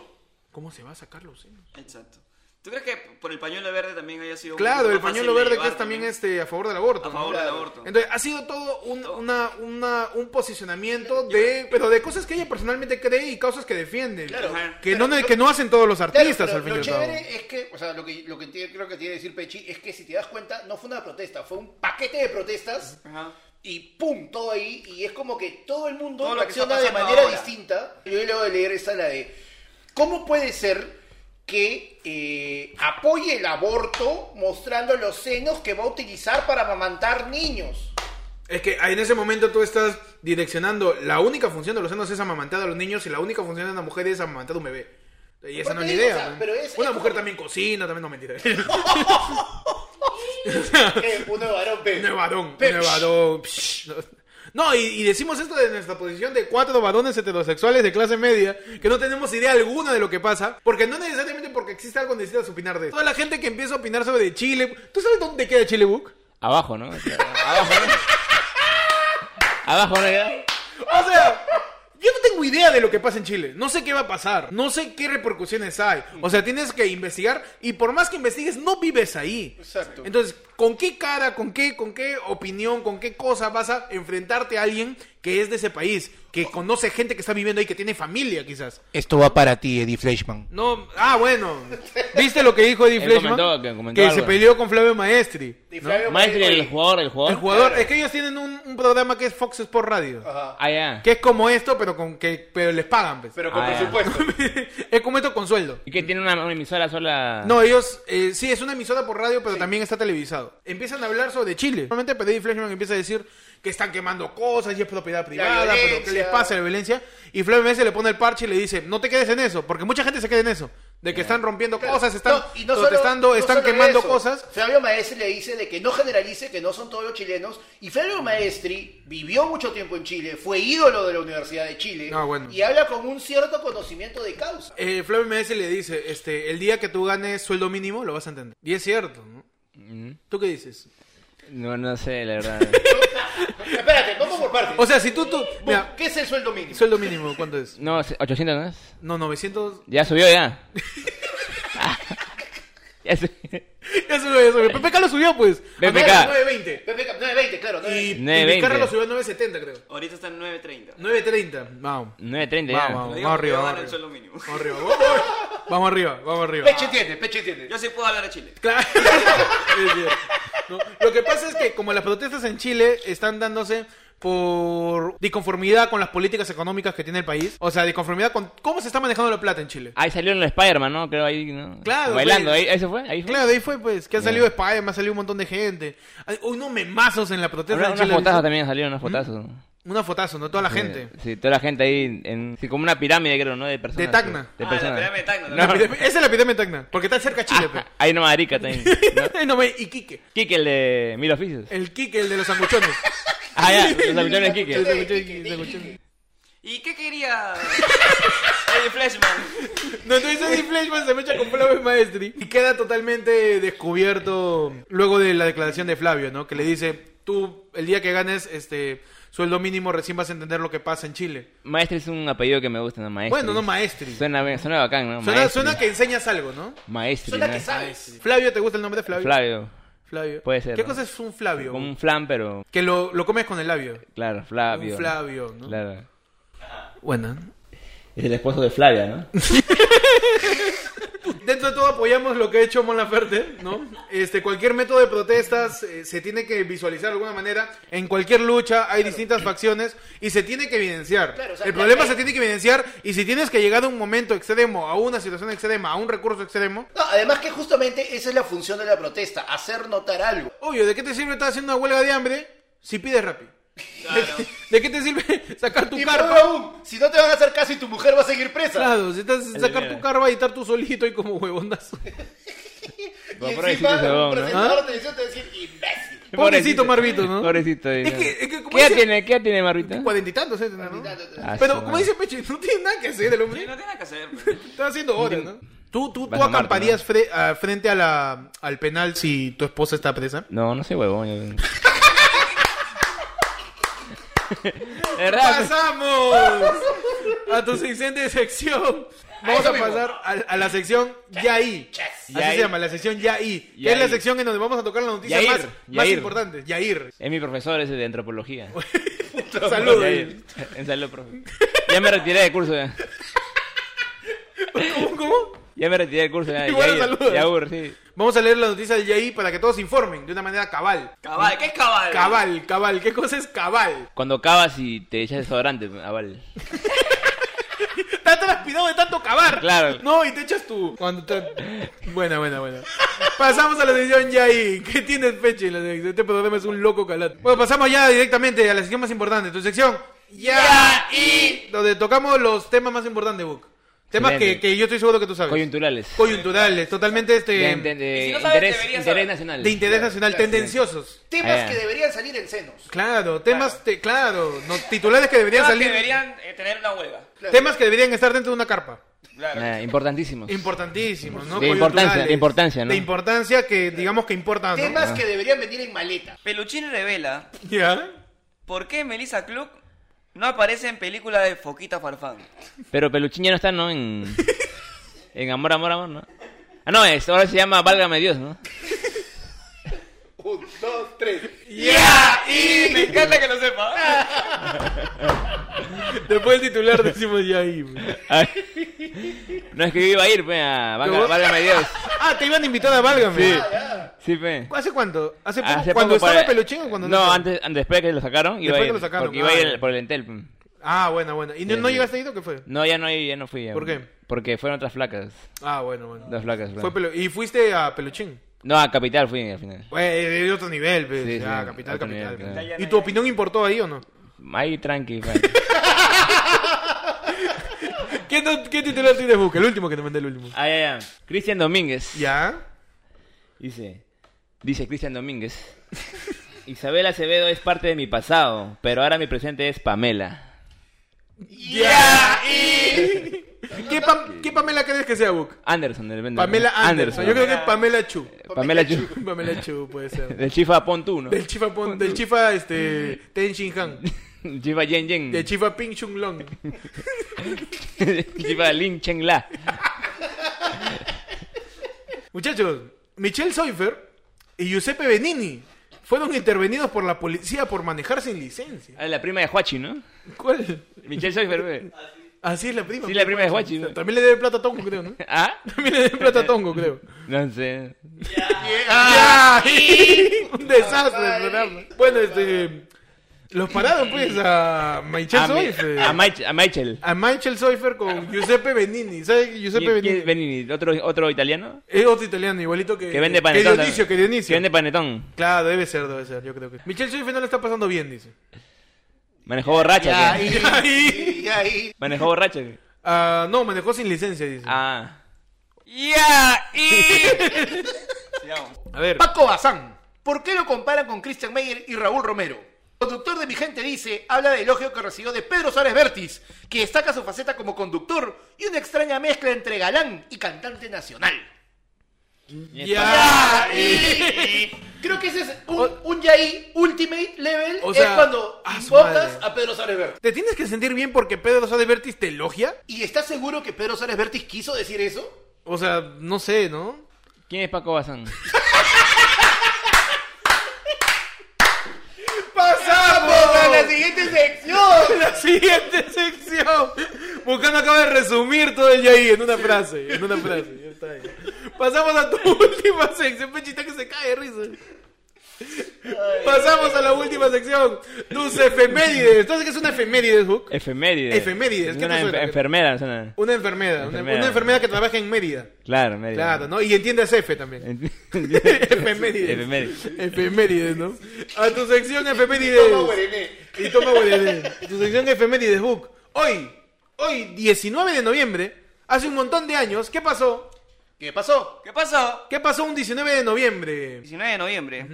Speaker 2: ¿cómo se va a sacar los senos?
Speaker 4: Exacto. ¿Tú crees que por el pañuelo verde también haya sido. un
Speaker 2: Claro,
Speaker 4: poco
Speaker 2: el
Speaker 4: más
Speaker 2: pañuelo
Speaker 4: fácil de
Speaker 2: verde que
Speaker 4: llevar
Speaker 2: es también
Speaker 4: también?
Speaker 2: este a favor del aborto.
Speaker 4: A
Speaker 2: ¿no?
Speaker 4: favor del aborto.
Speaker 2: Entonces, ha sido todo un, una, una- un posicionamiento de. Pero de cosas que ella personalmente cree y causas que defiende.
Speaker 3: Claro.
Speaker 4: Ajá.
Speaker 2: Que, no, que no hacen todos los
Speaker 3: Claro,
Speaker 2: artistas
Speaker 3: pero
Speaker 2: al fin y
Speaker 3: lo
Speaker 2: al cabo.
Speaker 3: chévere es que, o sea, lo que, lo que tiene- creo que tiene que decir Pechi es que si te das cuenta, no fue una protesta, fue un paquete de protestas
Speaker 4: Ajá.
Speaker 3: y pum, todo ahí. Y es como que todo el mundo
Speaker 4: Todo lo que está
Speaker 3: reacciona de
Speaker 4: pasando
Speaker 3: manera
Speaker 4: ahora.
Speaker 3: distinta. Yo le voy a leer esta, la de, ¿cómo puede ser que eh, apoye el aborto mostrando los senos que va a utilizar para amamantar niños?
Speaker 2: Es que en ese momento tú estás direccionando. La única función de los senos es amamantar a los niños y la única función de una mujer es amamantar a un bebé. Y esa
Speaker 3: Pero
Speaker 2: no es la
Speaker 3: te digo, o sea,
Speaker 2: idea. ¿no?
Speaker 3: pero es-
Speaker 2: una
Speaker 3: es
Speaker 2: mujer
Speaker 3: como-
Speaker 2: también cocina, también no mentira.
Speaker 3: Eh, uno de varón, pe.
Speaker 2: No es varón,
Speaker 3: Pe-
Speaker 2: no es varón. Psh, No, y, y decimos esto de nuestra posición de cuatro varones heterosexuales de clase media, que no tenemos idea alguna de lo que pasa, porque no necesariamente porque existe algo necesitas opinar de eso. Toda la gente que empieza a opinar sobre Chile, ¿tú sabes dónde queda Chile Book?
Speaker 1: Abajo, ¿no? Abajo, ¿no? Abajo, ¿no? queda?
Speaker 2: O sea, yo no tengo idea de lo que pasa en Chile, no sé qué va a pasar, no sé qué repercusiones hay. O sea, tienes que investigar y por más que investigues, no vives ahí.
Speaker 3: Exacto.
Speaker 2: Entonces, ¿con qué cara, con qué, con qué opinión, con qué cosa vas a enfrentarte a alguien que es de ese país, que conoce gente que está viviendo ahí, que tiene familia quizás?
Speaker 5: Esto va para ti, Eddie Fleischman.
Speaker 2: No, ah, bueno. ¿Viste lo que dijo Eddie
Speaker 1: Él
Speaker 2: Fleischmann?
Speaker 1: comentó, que comentó
Speaker 2: que se
Speaker 1: algo.
Speaker 2: peleó con Flavio Maestri.
Speaker 3: Y Flavio
Speaker 1: Maestro,
Speaker 3: Maestri-
Speaker 1: el jugador, el
Speaker 2: El
Speaker 1: jugador.
Speaker 2: jugador, es que ellos tienen un, un programa que es Fox Sport Radio.
Speaker 3: Ajá.
Speaker 1: Ah, ya.
Speaker 2: Que es como esto, pero con que pero les pagan, pues.
Speaker 3: Pero con
Speaker 1: Ah, ya.
Speaker 3: presupuesto.
Speaker 2: es como esto con sueldo.
Speaker 1: ¿Y que tiene una, una emisora sola?
Speaker 2: No, ellos, eh, sí, es una emisora por radio, pero también está televisado. Empiezan a hablar sobre Chile. Normalmente Pedro Flashman empieza a decir que están quemando cosas y es propiedad privada, pero ¿qué
Speaker 3: violencia.
Speaker 2: les pasa a la violencia? Y Flavio se le pone el parche y le dice, no te quedes en eso, porque mucha gente se queda en eso. De que están rompiendo cosas, están
Speaker 3: No, y no solo-
Speaker 2: protestando,
Speaker 3: no
Speaker 2: están
Speaker 3: solo
Speaker 2: quemando
Speaker 3: eso.
Speaker 2: cosas.
Speaker 3: Flavio Maestri le dice de que no generalice, que no son todos los chilenos. Y Flavio Maestri vivió mucho tiempo en Chile, fue ídolo de la Universidad de Chile.
Speaker 2: Ah, bueno.
Speaker 3: Y habla con un cierto conocimiento de causa.
Speaker 2: Eh, Flavio MS le dice, este, el día que tú ganes sueldo mínimo lo vas a entender. Y es cierto, ¿no?
Speaker 3: Mm.
Speaker 2: ¿Tú qué dices?
Speaker 1: No, no sé, la verdad.
Speaker 3: Espérate, vamos por partes.
Speaker 2: O sea, si tú... tú mira,
Speaker 3: ¿Qué es el sueldo mínimo?
Speaker 2: sueldo mínimo, ¿cuánto es?
Speaker 1: No, se- 800 no es.
Speaker 2: No, 900...
Speaker 1: Ya subió ya. ya subió.
Speaker 2: Eso lo eso. PPK lo subió, pues.
Speaker 1: PPK.
Speaker 2: A 920.
Speaker 3: PPK, 920, claro. 920.
Speaker 2: Y, y
Speaker 1: 9.20.
Speaker 2: Vizcarra lo subió a 970, creo.
Speaker 4: Ahorita está en 9.30.
Speaker 2: 930. Vamos.
Speaker 1: 9.30 ya.
Speaker 2: Vamos, vamos,
Speaker 4: digo
Speaker 2: vamos arriba,
Speaker 4: porque van
Speaker 2: vamos
Speaker 4: al
Speaker 2: arriba.
Speaker 4: sueldo mínimo.
Speaker 2: Vamos arriba, vamos arriba. Vamos arriba, vamos arriba.
Speaker 3: Peche entiende, Peche entiende.
Speaker 4: Yo sí puedo hablar a Chile.
Speaker 2: Claro. Es cierto. No, Lo que pasa es que como las protestas en Chile están dándose por disconformidad con las políticas económicas que tiene el país, o sea, disconformidad con cómo se está manejando la plata en Chile.
Speaker 1: Ahí salió en el Spider-Man, ¿no? Creo ahí, ¿no?
Speaker 2: Claro,
Speaker 1: Bailando,
Speaker 2: pues.
Speaker 1: ahí, ahí se fue, ahí fue.
Speaker 2: Claro, de ahí fue pues, que ha salido España, me ha salido un montón de gente. Hay unos memazos en la protesta
Speaker 1: Una-
Speaker 2: en
Speaker 1: unos
Speaker 2: Chile.
Speaker 1: fotazos también salieron, unos fotazos.
Speaker 2: Una fotazo, ¿no? Toda la gente.
Speaker 1: Sí, toda la gente ahí, en, sí, como una pirámide, creo, ¿no? De personas.
Speaker 2: De Tacna.
Speaker 1: De
Speaker 4: Ah,
Speaker 1: personas.
Speaker 4: la pirámide de Tacna,
Speaker 1: No,
Speaker 2: La epidemia- Esa es la epidemia en Tacna, porque está cerca de Chile, pe.
Speaker 1: Ah, ahí nomás Arica también. ¿no?
Speaker 2: no me y Quique.
Speaker 1: Kike, el de Mil Oficios.
Speaker 2: El Quique, el de los sanguchones.
Speaker 1: Ah, ya, los anfitriones
Speaker 2: El
Speaker 1: Kike.
Speaker 2: sanguchón, el sanguchón.
Speaker 4: ¿Y qué quería? Oye, Flashman.
Speaker 2: No, entonces Eddie Flashman pues, se mecha con Flavio Maestri y queda totalmente descubierto luego de la declaración de Flavio, ¿no? Que le dice, tú el día que ganes este sueldo mínimo recién vas a entender lo que pasa en Chile.
Speaker 1: Maestro es un apellido que me gusta, ¿no? Maestro.
Speaker 2: Bueno, no Maestri. Suena,
Speaker 1: Suena, bien- suena bacán, ¿no?
Speaker 2: suena,
Speaker 1: Maestri.
Speaker 2: que enseñas algo, ¿no?
Speaker 1: Maestri,
Speaker 3: Suena que
Speaker 1: ¿no?
Speaker 3: sabes.
Speaker 2: Flavio, ¿te gusta el nombre de Flavio?
Speaker 1: Flavio.
Speaker 2: Flavio.
Speaker 1: Puede ser,
Speaker 2: ¿Qué
Speaker 1: ¿no?
Speaker 2: cosa es un Flavio?
Speaker 1: Como un flan, pero...
Speaker 2: Que lo, lo comes con el labio.
Speaker 1: Claro, Flavio.
Speaker 2: Un Flavio, ¿no?
Speaker 1: Claro.
Speaker 2: Bueno.
Speaker 1: Es el esposo de Flavia, ¿no?
Speaker 2: Dentro de todo apoyamos lo que ha hecho Mon Laferte, ¿no? Este, cualquier método de protestas eh, se tiene que visualizar de alguna manera. En cualquier lucha hay distintas facciones y se tiene que evidenciar.
Speaker 3: Claro, o sea,
Speaker 2: El
Speaker 3: la-
Speaker 2: problema
Speaker 3: la-
Speaker 2: se tiene que evidenciar y si tienes que llegar a un momento extremo, a una situación extrema, a un recurso extremo,
Speaker 3: No, además que justamente esa es la función de la protesta, hacer notar algo.
Speaker 2: obvio, ¿de qué te sirve estar haciendo una huelga de hambre si pides rápido?
Speaker 4: Claro.
Speaker 2: ¿De qué te sirve sacar tu
Speaker 3: Y peor
Speaker 2: carpa?
Speaker 3: aún, si no te van a hacer caso y tu mujer va a seguir presa.
Speaker 2: Claro, si estás sacar tu carpa y estar tú solito y como huevonazo.
Speaker 3: Y
Speaker 1: Por ahí sí
Speaker 3: encima
Speaker 1: que se va, ¿no?
Speaker 3: un presentador de televisión te va a decir imbécil.
Speaker 2: Pobrecito Marvito, ¿no?
Speaker 1: Pobrecito.
Speaker 2: Es
Speaker 1: ¿no?
Speaker 2: que- es que como
Speaker 1: ¿Qué edad
Speaker 2: dice-
Speaker 1: tiene, qué edad tiene Marvita?
Speaker 2: Cuarenta y tantos, ¿eh? ¿no?
Speaker 1: Ah, su
Speaker 2: Pero como
Speaker 1: madre.
Speaker 2: dice Peche, no tiene nada que hacer el
Speaker 4: Sí,
Speaker 2: hombre.
Speaker 4: no tiene nada que hacer. pues.
Speaker 2: Está haciendo horas, ¿no? ¿Tú, tú,
Speaker 1: Vas
Speaker 2: tú
Speaker 1: a Marte,
Speaker 2: acamparías fre- a- frente a la, al penal si tu esposa está presa?
Speaker 1: No, no sé, huevón. yo- De verdad. pues,
Speaker 2: ¡Pasamos! A tu siguiente sección. Vamos a pasar a, a la sección Yaí. Así
Speaker 1: Yaí.
Speaker 2: se llama, la sección Yaí. Que es
Speaker 1: Yaí.
Speaker 2: la sección en donde vamos a tocar las noticias
Speaker 1: Yair,
Speaker 2: más, más
Speaker 1: Yair.
Speaker 2: importantes. Yair.
Speaker 1: Es mi profesor ese de antropología.
Speaker 2: Saludos.
Speaker 1: Yair. En salud, profe. Ya me retiré del curso. Ya,
Speaker 2: ¿Cómo, cómo?
Speaker 1: ya me retiré del curso. Ya,
Speaker 2: Igual
Speaker 1: Yair.
Speaker 2: saludos.
Speaker 1: Yaur, sí.
Speaker 2: Vamos a leer las noticias de Yaí para que todos se informen de una manera cabal.
Speaker 4: Cabal, ¿qué es cabal?
Speaker 2: Cabal, cabal. ¿Qué cosa es cabal?
Speaker 1: Cuando cavas y te echas desodorante, ah, aval.
Speaker 2: Estás transpirado de tanto cavar.
Speaker 1: Claro.
Speaker 2: No, y te echas tú. Cuando te- Buena, buena, buena. Pasamos a la sección ya ahí. ¿Qué tienes, Peche? en La sección? Este programa es un loco calate. Bueno, pasamos ya directamente a la sección más importante. Tu sección. Ya y. Donde tocamos los temas más importantes, Book. Temas que,
Speaker 1: Excelente.
Speaker 2: que yo estoy seguro que tú sabes.
Speaker 1: Coyunturales.
Speaker 2: Coyunturales, totalmente este.
Speaker 1: De, de-
Speaker 2: De,
Speaker 1: de
Speaker 4: Y si no sabes,
Speaker 1: interés,
Speaker 4: deberías
Speaker 1: interés
Speaker 4: saber.
Speaker 1: nacional.
Speaker 2: interés nacional, tendenciosos.
Speaker 3: Temas
Speaker 1: Ah,
Speaker 3: que
Speaker 1: ya.
Speaker 3: deberían salir en senos.
Speaker 2: Claro, temas, te- claro, no, titulares que deberían
Speaker 4: Temas que
Speaker 2: salir.
Speaker 4: deberían eh, tener una huelga.
Speaker 2: Temas que deberían estar dentro de una carpa.
Speaker 1: Nada, importantísimos.
Speaker 2: Importantísimos, ¿no?
Speaker 1: De importancia,
Speaker 2: Coyunturales.
Speaker 1: de importancia, ¿no?
Speaker 2: De importancia que digamos que importan, Ah, ¿no?
Speaker 3: Temas que deberían venir en maleta.
Speaker 4: Peluchín revela
Speaker 2: Ya.
Speaker 4: por qué Melissa Club no aparece en película de Foquita Farfán.
Speaker 1: Pero Peluchín ya no está, ¿no? En, en Amor, Amor, Amor, ¿no? Ah, no, es, ahora se llama Válgame Dios, ¿no?
Speaker 3: Un, dos, tres.
Speaker 4: ¡Ya! Y me encanta que lo
Speaker 2: Ah.
Speaker 4: sepa.
Speaker 2: Después del titular decimos ya ahí. güey.
Speaker 1: Ay. No es que yo iba a ir, pues, a Válgame,
Speaker 2: ¿Cómo?
Speaker 1: Válgame Dios.
Speaker 2: Ah, te iban a invitar a Válgame.
Speaker 1: Sí, pues.
Speaker 2: ¿Hace cuánto? ¿Hace poco?
Speaker 1: Hace
Speaker 2: ¿Cuando
Speaker 1: poco
Speaker 2: estaba
Speaker 1: para-
Speaker 2: Peluchín o cuando
Speaker 1: no?
Speaker 2: estaba?
Speaker 1: antes, antes, después que lo sacaron, iba
Speaker 2: Después
Speaker 1: a
Speaker 2: que
Speaker 1: ir,
Speaker 2: lo sacaron,
Speaker 1: porque iba a
Speaker 2: ah,
Speaker 1: ir
Speaker 2: ya.
Speaker 1: por el Entel. pues.
Speaker 2: Ah, buena, buena. ¿Y no,
Speaker 1: Sí,
Speaker 2: no
Speaker 1: sí.
Speaker 2: llegaste ahí o qué fue?
Speaker 1: No, ya no, ya no fui. Ya.
Speaker 2: ¿Por qué?
Speaker 1: Porque fueron otras flacas.
Speaker 2: Ah, bueno, bueno.
Speaker 1: Las flacas. pues.
Speaker 2: Fue pelu- ¿Y fuiste a Peluchín?
Speaker 1: No, a Capital fui al final.
Speaker 2: Güey, de otro nivel, pues.
Speaker 1: Sí, sí,
Speaker 2: Ah,
Speaker 1: otro
Speaker 2: capital,
Speaker 1: nivel,
Speaker 2: capital.
Speaker 1: claro.
Speaker 2: ¿Y tu opinión importó ahí o no?
Speaker 1: Ahí tranqui. pues. fue.
Speaker 2: ¿Qué, no- qué titular tienes, Busca? El último que te mandé, el último.
Speaker 1: Ah, ya, ya. Cristian Domínguez.
Speaker 2: ¿Ya?
Speaker 1: Dice, dice Cristian Domínguez. Isabel Acevedo es parte de mi pasado, pero ahora mi presente es Pamela.
Speaker 2: ¡Ya! ¿Qué, Pam- qué Pamela crees que sea, Book?
Speaker 1: Anderson, del vendedor.
Speaker 2: Pamela Anderson. Yo creo que es Pamela Chu.
Speaker 1: Pamela Chu.
Speaker 2: Pamela Chu puede ser.
Speaker 1: Del Chifa Pontu, ¿no?
Speaker 2: Del chifa, Pon- del chifa este, Ten Shin Han.
Speaker 1: Del Chifa Yen Yen.
Speaker 2: Del chifa Ping Chung Long.
Speaker 1: Del Chifa Lin Chen La.
Speaker 2: Muchachos, Michelle Seufer y Giuseppe Benini fueron intervenidos por la policía por manejar sin licencia.
Speaker 1: Ah, La prima de Huachi, ¿no?
Speaker 2: ¿Cuál?
Speaker 1: Michelle Soifer, güey.
Speaker 2: Así Ah, es la prima.
Speaker 1: Sí, la prima de Huachi. güey.
Speaker 2: También le debe plata a Tongo, creo, ¿no?
Speaker 1: ¿Ah?
Speaker 2: También le debe plata a Tongo, creo.
Speaker 1: No sé.
Speaker 2: ¡Ya! Un desastre el programa. Bueno, este. Los pararon, pues, a Michelle
Speaker 1: A, Ah, mi-
Speaker 2: Seufer.
Speaker 1: a, Mich- a Michael.
Speaker 2: A Michael Seufer con Giuseppe Benini. ¿Sabes que Giuseppe
Speaker 1: ¿Quién-
Speaker 2: Benini?
Speaker 1: quién- Benini? ¿Otro, ¿Otro italiano?
Speaker 2: Es otro italiano, igualito que.
Speaker 1: Que vende
Speaker 2: Eh, Que
Speaker 1: panetón.
Speaker 2: Dionisio, que
Speaker 1: también.
Speaker 2: Dionisio.
Speaker 1: Que vende panetón.
Speaker 2: Claro, debe ser, debe ser, yo creo que. Michelle Seufer no le está pasando bien, dice.
Speaker 1: Manejó borracha,
Speaker 3: Ya
Speaker 1: güey.
Speaker 3: ahí,
Speaker 2: Ahí.
Speaker 3: ya ahí.
Speaker 1: Manejó borracha, güey.
Speaker 2: Ah, no, manejó sin licencia, dice.
Speaker 1: Ah.
Speaker 4: ¡Ya! ¡Y! Sigamos.
Speaker 2: A ver.
Speaker 3: Paco Bazán, ¿por qué lo comparan con Christian Meyer y Raúl Romero? Conductor de Mi Gente Dice habla del elogio que recibió de Pedro Suárez Vértiz, que destaca su faceta como conductor y una extraña mezcla entre galán y cantante nacional.
Speaker 2: Ya.
Speaker 3: Creo que ese es un, un Yai Ultimate Level,
Speaker 2: O sea,
Speaker 3: es cuando
Speaker 2: a su
Speaker 3: invocas
Speaker 2: madre.
Speaker 3: a Pedro Suárez Vértiz.
Speaker 2: ¿Te tienes que sentir bien porque Pedro Sáenz Vértiz te elogia?
Speaker 3: ¿Y estás seguro que Pedro Suárez Vértiz quiso decir eso?
Speaker 2: O sea, no sé, ¿no?
Speaker 1: ¿Quién es Paco Bazán?
Speaker 2: ¡Pasamos a la,
Speaker 3: siguiente sección!
Speaker 2: siguiente sección! Buscando acaba de resumir todo el ahí en una frase. En una frase. Ya está ahí. Pasamos a tu última sección. Pechita que se cae, de risa. Pasamos a la última sección. Tus efemérides. ¿Tú sabes qué es una efeméride, Book?
Speaker 1: Efemérides.
Speaker 2: Efemérides, ¿qué
Speaker 1: Una
Speaker 2: te suena?
Speaker 1: enfer- enfermera, suena.
Speaker 2: Una enfermedad. Una,
Speaker 1: Enfermera.
Speaker 2: una enfermedad que trabaja en Mérida.
Speaker 1: Claro, mérida.
Speaker 2: Claro, ¿no? Y entiendes F también. Efemérides.
Speaker 1: Efemérides.
Speaker 2: Efemérides, ¿no? A tu sección efemérides. Y toma Guarené. Tu sección efemérides, Book. Hoy, hoy, 19 de noviembre, hace un montón de años, ¿qué pasó?
Speaker 3: ¿Qué pasó?
Speaker 4: ¿Qué pasó?
Speaker 2: ¿Qué pasó un 19 de noviembre?
Speaker 4: 19 de noviembre,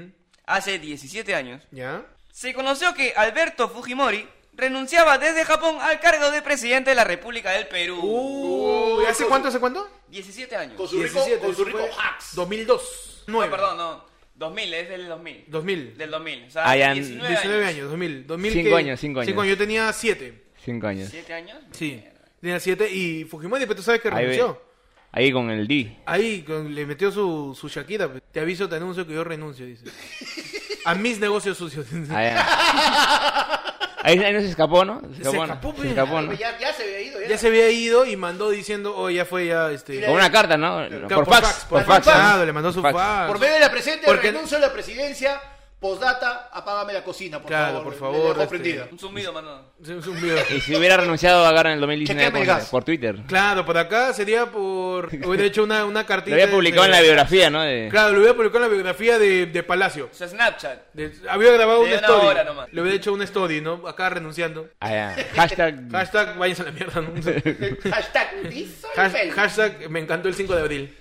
Speaker 4: hace 17 años,
Speaker 2: ¿Ya?
Speaker 4: se conoció que Alberto Fujimori renunciaba desde Japón al cargo de presidente de la República del Perú.
Speaker 2: Uh. Uy, ¿Hace cuánto, hace cuánto?
Speaker 4: 17 años.
Speaker 3: Con su rico, con su rico hacks. Ah,
Speaker 2: 2002.
Speaker 4: No,
Speaker 2: 9.
Speaker 4: perdón, no. 2000, es del 2000.
Speaker 2: 2000.
Speaker 4: Del 2000. O sea,
Speaker 1: Ah, ya,
Speaker 4: 19,
Speaker 2: 19
Speaker 4: años.
Speaker 2: años, 2000. 2000
Speaker 1: Cinco
Speaker 2: que-
Speaker 1: años, cinco años.
Speaker 2: Cinco años, yo tenía 7.
Speaker 1: Cinco años.
Speaker 4: ¿7 años?
Speaker 2: Sí. Tenía 7 y Fujimori, pero tú sabes que
Speaker 1: Ahí, ve-
Speaker 2: renunció.
Speaker 1: ahí con el D.
Speaker 2: Ahí con- le metió su, su Shakira. pues. Te aviso, te anuncio que yo renuncio, dice. A mis negocios sucios.
Speaker 1: Allá. ah. Ahí, ahí no se escapó, ¿no? Se escapó, ¿no?
Speaker 2: escapó,
Speaker 1: Se
Speaker 2: pues.
Speaker 1: escapó, ¿no?
Speaker 3: Ya, ya se había ido, ya.
Speaker 2: Ya se había ido y mandó diciendo, oh, ya fue, ya, este...
Speaker 1: Con una carta, ¿no? por, fax, Por fax.
Speaker 2: Claro,
Speaker 1: ¿no?
Speaker 2: le mandó su
Speaker 1: Por
Speaker 2: fax.
Speaker 3: Por medio de la presente,
Speaker 2: Porque-
Speaker 3: renuncio a la presidencia. Postdata, apágame la cocina, por
Speaker 2: Claro,
Speaker 3: favor.
Speaker 2: por
Speaker 3: me
Speaker 2: favor,
Speaker 3: dejó
Speaker 2: este-
Speaker 3: prendida.
Speaker 4: Un zumbido, mano.
Speaker 2: Se- se hundió.
Speaker 1: Y si hubiera renunciado ahora en el 2019
Speaker 3: Chequeame el
Speaker 1: ¿cómo
Speaker 3: gas.
Speaker 1: se- por Twitter.
Speaker 2: Claro, por acá sería por... Hubiera hecho una, una
Speaker 1: Lo
Speaker 2: cartita...
Speaker 1: había publicado en
Speaker 2: de- este,
Speaker 1: la biografía, ¿no? De-
Speaker 2: Claro, lo hubiera publicado en la biografía de, de Palacio.
Speaker 4: O sea, Snapchat.
Speaker 2: De- había grabado
Speaker 4: De
Speaker 2: una
Speaker 4: una
Speaker 2: story.
Speaker 4: hora nomás.
Speaker 2: Le hubiera hecho una story, ¿no? Acá renunciando.
Speaker 1: Allá. ah. Hashtag.
Speaker 2: Hashtag, váyanse a la mierda, ¿no?
Speaker 3: Hashtag, disolver.
Speaker 2: Hash- hashtag, me encantó el 5 de abril.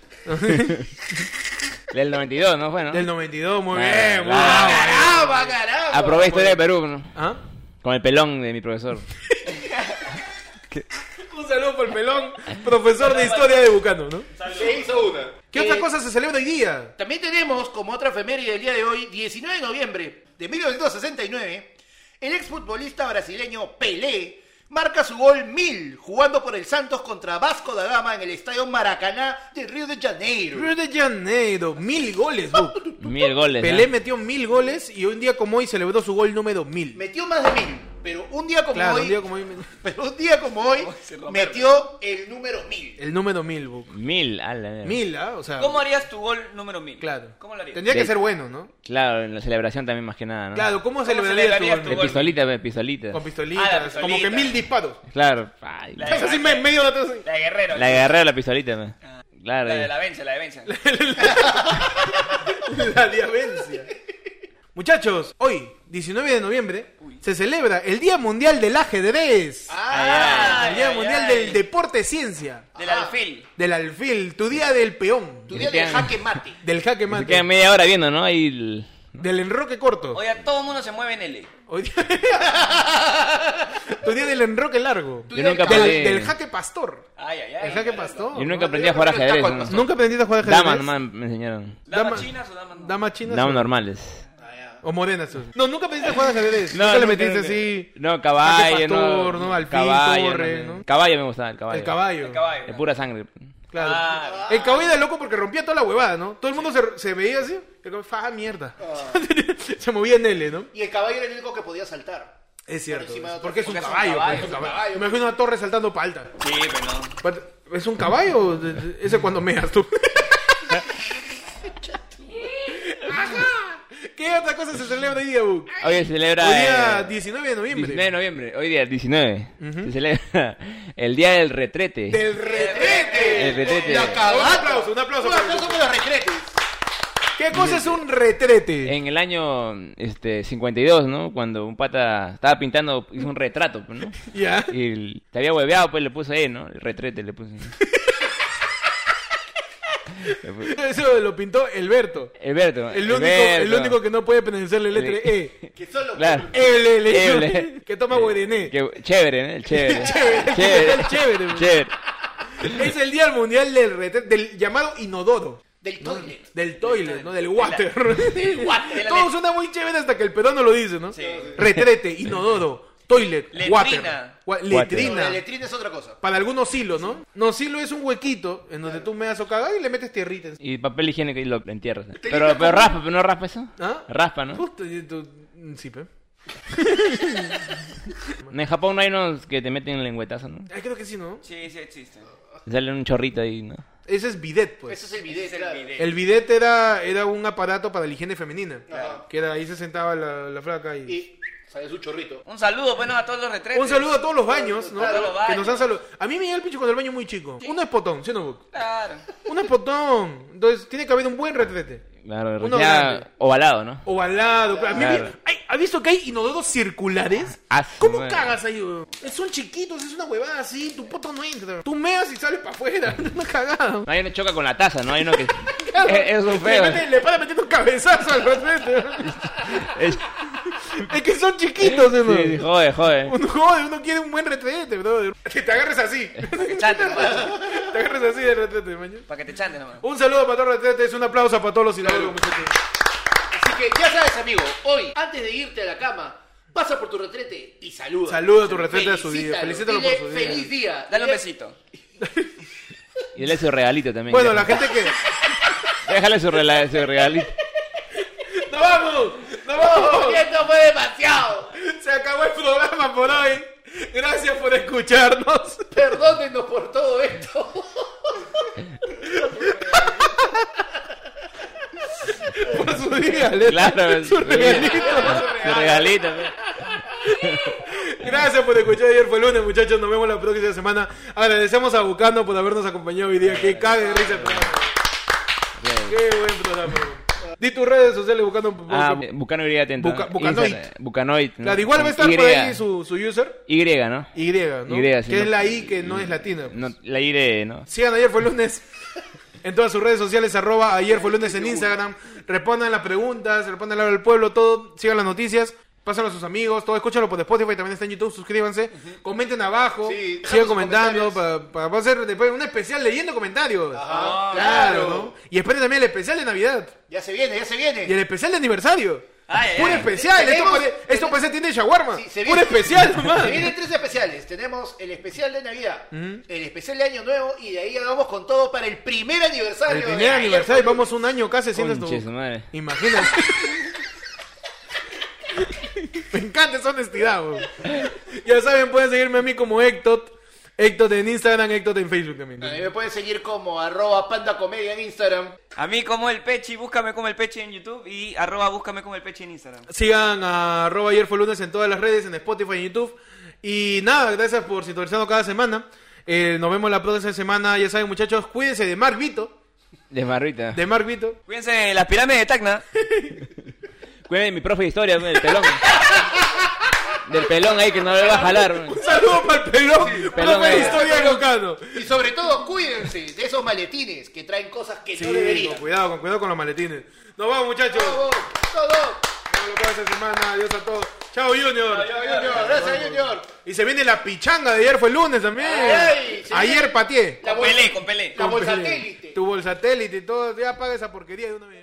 Speaker 1: del 92, ¿no fue, no?
Speaker 2: Del 92,
Speaker 1: Ah,
Speaker 2: muy bien, muy
Speaker 1: ah,
Speaker 2: bravo.
Speaker 3: ¡Caramba, caramba!
Speaker 1: Aprobé historia de Perú, ¿no?
Speaker 2: ¿Ah?
Speaker 1: Con el pelón de mi profesor.
Speaker 2: Un saludo por el pelón, profesor de historia de Bucano, ¿no?
Speaker 3: Se hizo una.
Speaker 2: ¿Qué
Speaker 3: Eh,
Speaker 2: otra cosa se celebra hoy día?
Speaker 3: También tenemos como otra efeméride del día de hoy, 19 de noviembre de 1969, el exfutbolista brasileño Pelé marca su gol 1000 jugando por el Santos contra Vasco da Gama en el Estadio Maracaná de Río de Janeiro.
Speaker 2: Río de Janeiro, mil goles, Buc.
Speaker 1: Mil goles. ¿no?
Speaker 2: Pelé metió mil goles y hoy un día como hoy celebró su gol número mil.
Speaker 3: Metió más de 1000. Pero un día como
Speaker 2: Claro,
Speaker 3: hoy,
Speaker 2: un día como hoy me-
Speaker 3: pero un día como hoy
Speaker 4: Se rompió.
Speaker 3: metió el número 1000.
Speaker 2: El número mil, Buc.
Speaker 1: Mil, a la verga.
Speaker 2: Mil, ¿ah? O sea,
Speaker 4: ¿Cómo harías tu gol número 1000?
Speaker 2: claro.
Speaker 4: ¿Cómo lo harías?
Speaker 2: Tendría que
Speaker 1: De-
Speaker 2: ser bueno, ¿no?
Speaker 1: Claro, en la celebración también más que nada, ¿no?
Speaker 2: Claro, ¿cómo, celebrarías tu
Speaker 4: celebrarías
Speaker 2: gol?
Speaker 4: tu
Speaker 1: De
Speaker 4: gol?
Speaker 1: pistolita, de pistolita.
Speaker 2: Con
Speaker 4: Ah, la
Speaker 2: pistolitas,
Speaker 4: pistolita. Eh,
Speaker 2: como que mil disparos.
Speaker 1: Claro. Ay,
Speaker 4: La
Speaker 1: la,
Speaker 4: de-
Speaker 2: Así me- medio de Ah, atrás.
Speaker 4: La de Guerrero.
Speaker 1: la agarré a la pistolita, man. Claro.
Speaker 4: La de
Speaker 1: y-
Speaker 4: la venza, la de venza.
Speaker 2: La diabencia. Muchachos, hoy, 19 de noviembre, se celebra el Día Mundial del Ajedrez.
Speaker 4: Ah,
Speaker 2: el Día
Speaker 4: ay,
Speaker 2: Mundial
Speaker 4: ay.
Speaker 2: del Deporte Ciencia.
Speaker 4: Del alfil.
Speaker 2: Del alfil, tu día del peón.
Speaker 3: Tu día de
Speaker 1: Cristiano.
Speaker 3: jaque mate.
Speaker 2: Del jaque
Speaker 1: Se
Speaker 2: mate.
Speaker 1: quedan media hora viendo, ¿no? Ahí el-
Speaker 2: Del enroque corto.
Speaker 4: Oye, todo el mundo se mueve en L.
Speaker 2: Hoy día- tu día del enroque largo.
Speaker 3: Tu
Speaker 1: Yo
Speaker 3: día
Speaker 1: nunca
Speaker 3: del
Speaker 2: Del,
Speaker 1: aprendí.
Speaker 2: del jaque pastor.
Speaker 4: Ay, ay, ay.
Speaker 2: El jaque pastor.
Speaker 1: Yo nunca aprendí a jugar ajedrez.
Speaker 3: Taco al
Speaker 1: ¿no?
Speaker 3: pastor.
Speaker 2: ¿Nunca aprendiste a jugar ajedrez.
Speaker 1: Damas nomás me enseñaron.
Speaker 4: ¿Damas
Speaker 2: Dama-
Speaker 4: chinas o damas no?
Speaker 2: Damas chinas.
Speaker 1: Damas
Speaker 2: o-
Speaker 1: normales.
Speaker 2: O morenas. No, nunca aprendiste a jugar ajedrez. nunca le metiste
Speaker 1: nunca.
Speaker 2: así.
Speaker 1: No, caballo,
Speaker 2: jaque pastor,
Speaker 1: no.
Speaker 2: ¿no? Alfil,
Speaker 1: caballo,
Speaker 2: torre, ¿no?
Speaker 1: Caballo me gustaba, el caballo.
Speaker 2: El caballo.
Speaker 4: El caballo.
Speaker 1: De pura sangre.
Speaker 2: Claro.
Speaker 4: Ah.
Speaker 2: El caballo era loco porque rompía toda la huevada, ¿no? Todo el mundo se, se veía así. El caballo, "Fa, mierda.
Speaker 4: Ah.
Speaker 2: se movía en L, ¿no?
Speaker 3: Y el caballo era el único que podía saltar.
Speaker 2: Es cierto.
Speaker 3: encima de otro-
Speaker 2: porque es un
Speaker 4: porque es un
Speaker 2: caballo.
Speaker 4: caballo,
Speaker 2: pues, es un
Speaker 4: es un
Speaker 2: caballo.
Speaker 3: caballo.
Speaker 2: Me imagino una torre saltando palta.
Speaker 4: Sí, pero no.
Speaker 2: ¿Es un caballo? Ese cuando meas tú. Ajá. ¿Qué otra cosa se celebra hoy día, Buc?
Speaker 1: Hoy se celebra.
Speaker 2: Hoy día
Speaker 1: eh,
Speaker 2: 19 de noviembre.
Speaker 1: 19 de noviembre. Hoy día 19. Se celebra el día del retrete.
Speaker 2: Del retrete.
Speaker 1: El retrete.
Speaker 2: La cabata. Un aplauso, un aplauso.
Speaker 3: Un
Speaker 2: para
Speaker 3: aplauso
Speaker 2: Buc.
Speaker 3: para los retretes.
Speaker 2: ¿Qué cosa es un retrete?
Speaker 1: En el año este, 52, ¿no? Cuando un pata estaba pintando, hizo un retrato, pues, ¿no?
Speaker 2: ¿Ya?
Speaker 1: Y el- te había hueveado, pues le puso ahí, ¿no? El retrete le puso. Le puso-
Speaker 2: Eso lo pintó Elberto.
Speaker 1: Elberto.
Speaker 2: El único,
Speaker 1: Elberto.
Speaker 2: el único que no puede pronunciar la letra E.
Speaker 3: Que solo
Speaker 1: Claro.
Speaker 2: El, el, el,
Speaker 1: Eble.
Speaker 2: que toma guarené.
Speaker 1: Que- chévere, ¿no? El chévere.
Speaker 2: Chévere.
Speaker 1: Chévere.
Speaker 2: Chévere, pues. güey.
Speaker 1: Chévere.
Speaker 2: Es el día mundial del retrete, del llamado inodoro.
Speaker 3: del toilet.
Speaker 2: Del toilet, ¿no? Del water.
Speaker 4: water.
Speaker 2: Todo suena muy chévere hasta que el peruano lo dice, ¿no?
Speaker 4: Sí.
Speaker 2: Retrete, inodoro, toilet,
Speaker 4: Letrina.
Speaker 2: water. Gua-
Speaker 3: No,
Speaker 2: Letrina.
Speaker 3: la letrina es otra cosa.
Speaker 2: Para algunos silos, ¿no? No, silo es un huequito en donde tú me das o cagas y le metes tierrita. encima.
Speaker 1: Y papel higiénico y lo entierras.
Speaker 3: Te
Speaker 1: Pero,
Speaker 3: limpias
Speaker 1: pero
Speaker 3: con-
Speaker 1: raspa, pero no raspa eso.
Speaker 2: ¿Ah?
Speaker 1: Raspa, ¿no?
Speaker 2: Puta, y tú- mm, Sí, pe.
Speaker 1: En Japón no hay unos que te meten el lengüetazo, ¿no?
Speaker 2: Ay, creo que sí, ¿no?
Speaker 4: Sí, sí existe.
Speaker 1: Te Sale un chorrito ahí, ¿no?
Speaker 2: Ese es bidet, pues.
Speaker 3: Ese es el
Speaker 4: Ese
Speaker 3: video.
Speaker 4: es el
Speaker 3: claro.
Speaker 4: bidet.
Speaker 2: El bidet era, era un aparato para la higiene femenina.
Speaker 3: Ajá.
Speaker 2: Que era, ahí se sentaba la, la flaca y...
Speaker 3: Y sale su chorrito.
Speaker 4: Un saludo, bueno, a todos los retretes.
Speaker 2: Un saludo a todos los baños, ¿no?
Speaker 4: Claro, los
Speaker 2: que
Speaker 4: baños.
Speaker 2: nos han saludado. A mí me llega el pinche con el baño muy chico. Uno es potón, ¿sí o no, Buc?
Speaker 4: Claro.
Speaker 2: Uno es potón. Entonces, tiene que haber un buen retrete.
Speaker 1: Claro,
Speaker 2: Uno
Speaker 1: ya
Speaker 2: grande.
Speaker 1: ovalado, ¿no?
Speaker 2: Ovalado. A mí me-
Speaker 1: Claro.
Speaker 2: Ay, ¿Has visto que hay inodoros circulares?
Speaker 1: Ah, su
Speaker 2: ¿Cómo
Speaker 1: madre.
Speaker 2: cagas ahí, weón? Son chiquitos, es una huevada así. Tu potón no entra. Tú meas y sales para afuera. Una cagada.
Speaker 1: No hay uno que choca con la taza, ¿no? Hay uno que.
Speaker 2: Claro.
Speaker 1: es, es un feo.
Speaker 2: Le, mete- le para metiendo un cabezazo al retrete.
Speaker 1: Es-
Speaker 2: es que son chiquitos, ¿sí o ¿no?
Speaker 1: Sí, sí, jode, jode.
Speaker 2: Uno, joder, uno quiere un buen retrete, brother. Que te agarres así.
Speaker 4: Para que chanten, nomás.
Speaker 2: Te agarres así de retrete, mañana.
Speaker 4: Para que te chanten, nomás.
Speaker 2: Un saludo para todos los retretes, un aplauso para todos los sinaloenses.
Speaker 3: Así que ya sabes, amigo, hoy, antes de irte a la cama, pasa por tu retrete y saluda.
Speaker 2: Saluda a tu retrete a su día, felicítalo
Speaker 3: Felicítalo. Dile
Speaker 2: por su día.
Speaker 3: Feliz día.
Speaker 4: Dale un
Speaker 3: Dile-
Speaker 4: besito.
Speaker 1: Y dale su regalito también.
Speaker 2: Bueno, la
Speaker 1: Déjale-
Speaker 2: gente que...
Speaker 1: Déjale su, rela- su regalito.
Speaker 2: ¡No vamos! ¡No
Speaker 3: Porque
Speaker 2: vamos!
Speaker 3: esto "Oh, fue demasiado.
Speaker 2: Se acabó el programa por hoy. Gracias por escucharnos.
Speaker 3: Perdónenos por todo esto.
Speaker 2: Por su día, le-
Speaker 1: Claro,
Speaker 2: su regalito.
Speaker 1: Su regalito. ¿no?
Speaker 2: Gracias por escuchar. Ayer fue lunes, muchachos. Nos vemos la próxima semana. Agradecemos a Bucano por habernos acompañado hoy día. Que cague de risa el programa. Qué buen programa. weón. Di tus redes sociales, Bucano.
Speaker 1: Ah, Bucano Y atento.
Speaker 2: Buca- Bucanoid.
Speaker 1: Bucanoid. ¿no?
Speaker 2: Claro, igual va a estar
Speaker 1: Y,
Speaker 2: por ahí su, su user.
Speaker 1: Y, ¿no?
Speaker 2: Y, ¿no?
Speaker 1: Y, sí,
Speaker 2: que
Speaker 1: no.
Speaker 2: es la I que no es latina. pues.
Speaker 1: No, la Y, ¿no?
Speaker 2: Sigan ayer fue lunes. En todas sus redes sociales, arroba ayer fue lunes en Instagram. Respondan las preguntas, respondan la hora del pueblo, todo. Sigan las noticias. Pásenlo a sus amigos, todo. Escúchenlo por Spotify, también está en YouTube. Suscríbanse. Comenten abajo.
Speaker 3: Sí, dejando
Speaker 2: sigan
Speaker 3: sus
Speaker 2: comentando.
Speaker 3: comentarios.
Speaker 2: Para, para hacer después un especial leyendo comentarios.
Speaker 3: Ajá,
Speaker 2: Ah, claro,
Speaker 3: Ah, claro.
Speaker 2: ¿no? Y esperen también el especial de Navidad.
Speaker 3: Ya se viene, ya se
Speaker 2: Y
Speaker 3: viene.
Speaker 2: el especial de aniversario.
Speaker 4: Ay, ay,
Speaker 2: Puro
Speaker 4: ay.
Speaker 2: especial. Esto,
Speaker 3: Tenemos-
Speaker 2: parece, esto parece tienda de shawarma.
Speaker 3: Sí, se
Speaker 2: Puro
Speaker 3: viene-
Speaker 2: especial, nomás.
Speaker 3: Se vienen tres especiales. Tenemos el especial de Navidad,
Speaker 2: Mm.
Speaker 3: el especial de Año Nuevo y de ahí ya vamos con todo para el primer aniversario.
Speaker 2: El
Speaker 3: de
Speaker 2: primer
Speaker 3: Ayer
Speaker 2: aniversario, vamos un año casi haciendo
Speaker 1: Conche
Speaker 2: esto.
Speaker 1: su madre.
Speaker 2: Imagínate. Me encanta esa honestidad, weón. Ya saben, pueden seguirme a mí como Ectot. Ectot en Instagram, Ectot en Facebook también.
Speaker 3: A mí me pueden seguir como arroba panda comedia en Instagram.
Speaker 4: A mí como el Pechi, búscame como el Pechi en YouTube y arroba búscame como el Pechi en Instagram.
Speaker 2: Sigan a arroba ayer fue lunes en todas las redes, en Spotify, en YouTube. Y nada, gracias por sintonizarnos cada semana. Eh, nos vemos la próxima semana. Ya saben, muchachos, cuídense de Mark Vito.
Speaker 1: De marrita.
Speaker 2: De Mark Vito.
Speaker 4: Cuídense de las pirámides de Tacna.
Speaker 1: Cuídate de mi profe de historia, del pelón. del pelón ahí que no le va a jalar.
Speaker 2: Un saludo para el pelón.
Speaker 1: pelón,
Speaker 2: profe de
Speaker 1: eh.
Speaker 2: historia de Locano.
Speaker 3: Y sobre todo, cuídense de esos maletines que traen cosas que
Speaker 2: Sí,
Speaker 3: no
Speaker 2: con
Speaker 3: deberían.
Speaker 2: cuidado, con cuidado con los maletines. Nos vamos, muchachos.
Speaker 3: Todo, todo.
Speaker 2: Nos vemos la próxima semana. Adiós a todos. Chao, Junior.
Speaker 3: Junior, gracias, Junior.
Speaker 2: Y se viene la pichanga de ayer fue el lunes también.
Speaker 3: Ay, se viene-
Speaker 2: ayer pateé.
Speaker 3: La
Speaker 4: Con
Speaker 3: bolsa-
Speaker 4: Pelé, con Pelé.
Speaker 3: La bolsa satélite.
Speaker 2: Tu bolsatélite y todo. Ya paga esa porquería de una vez.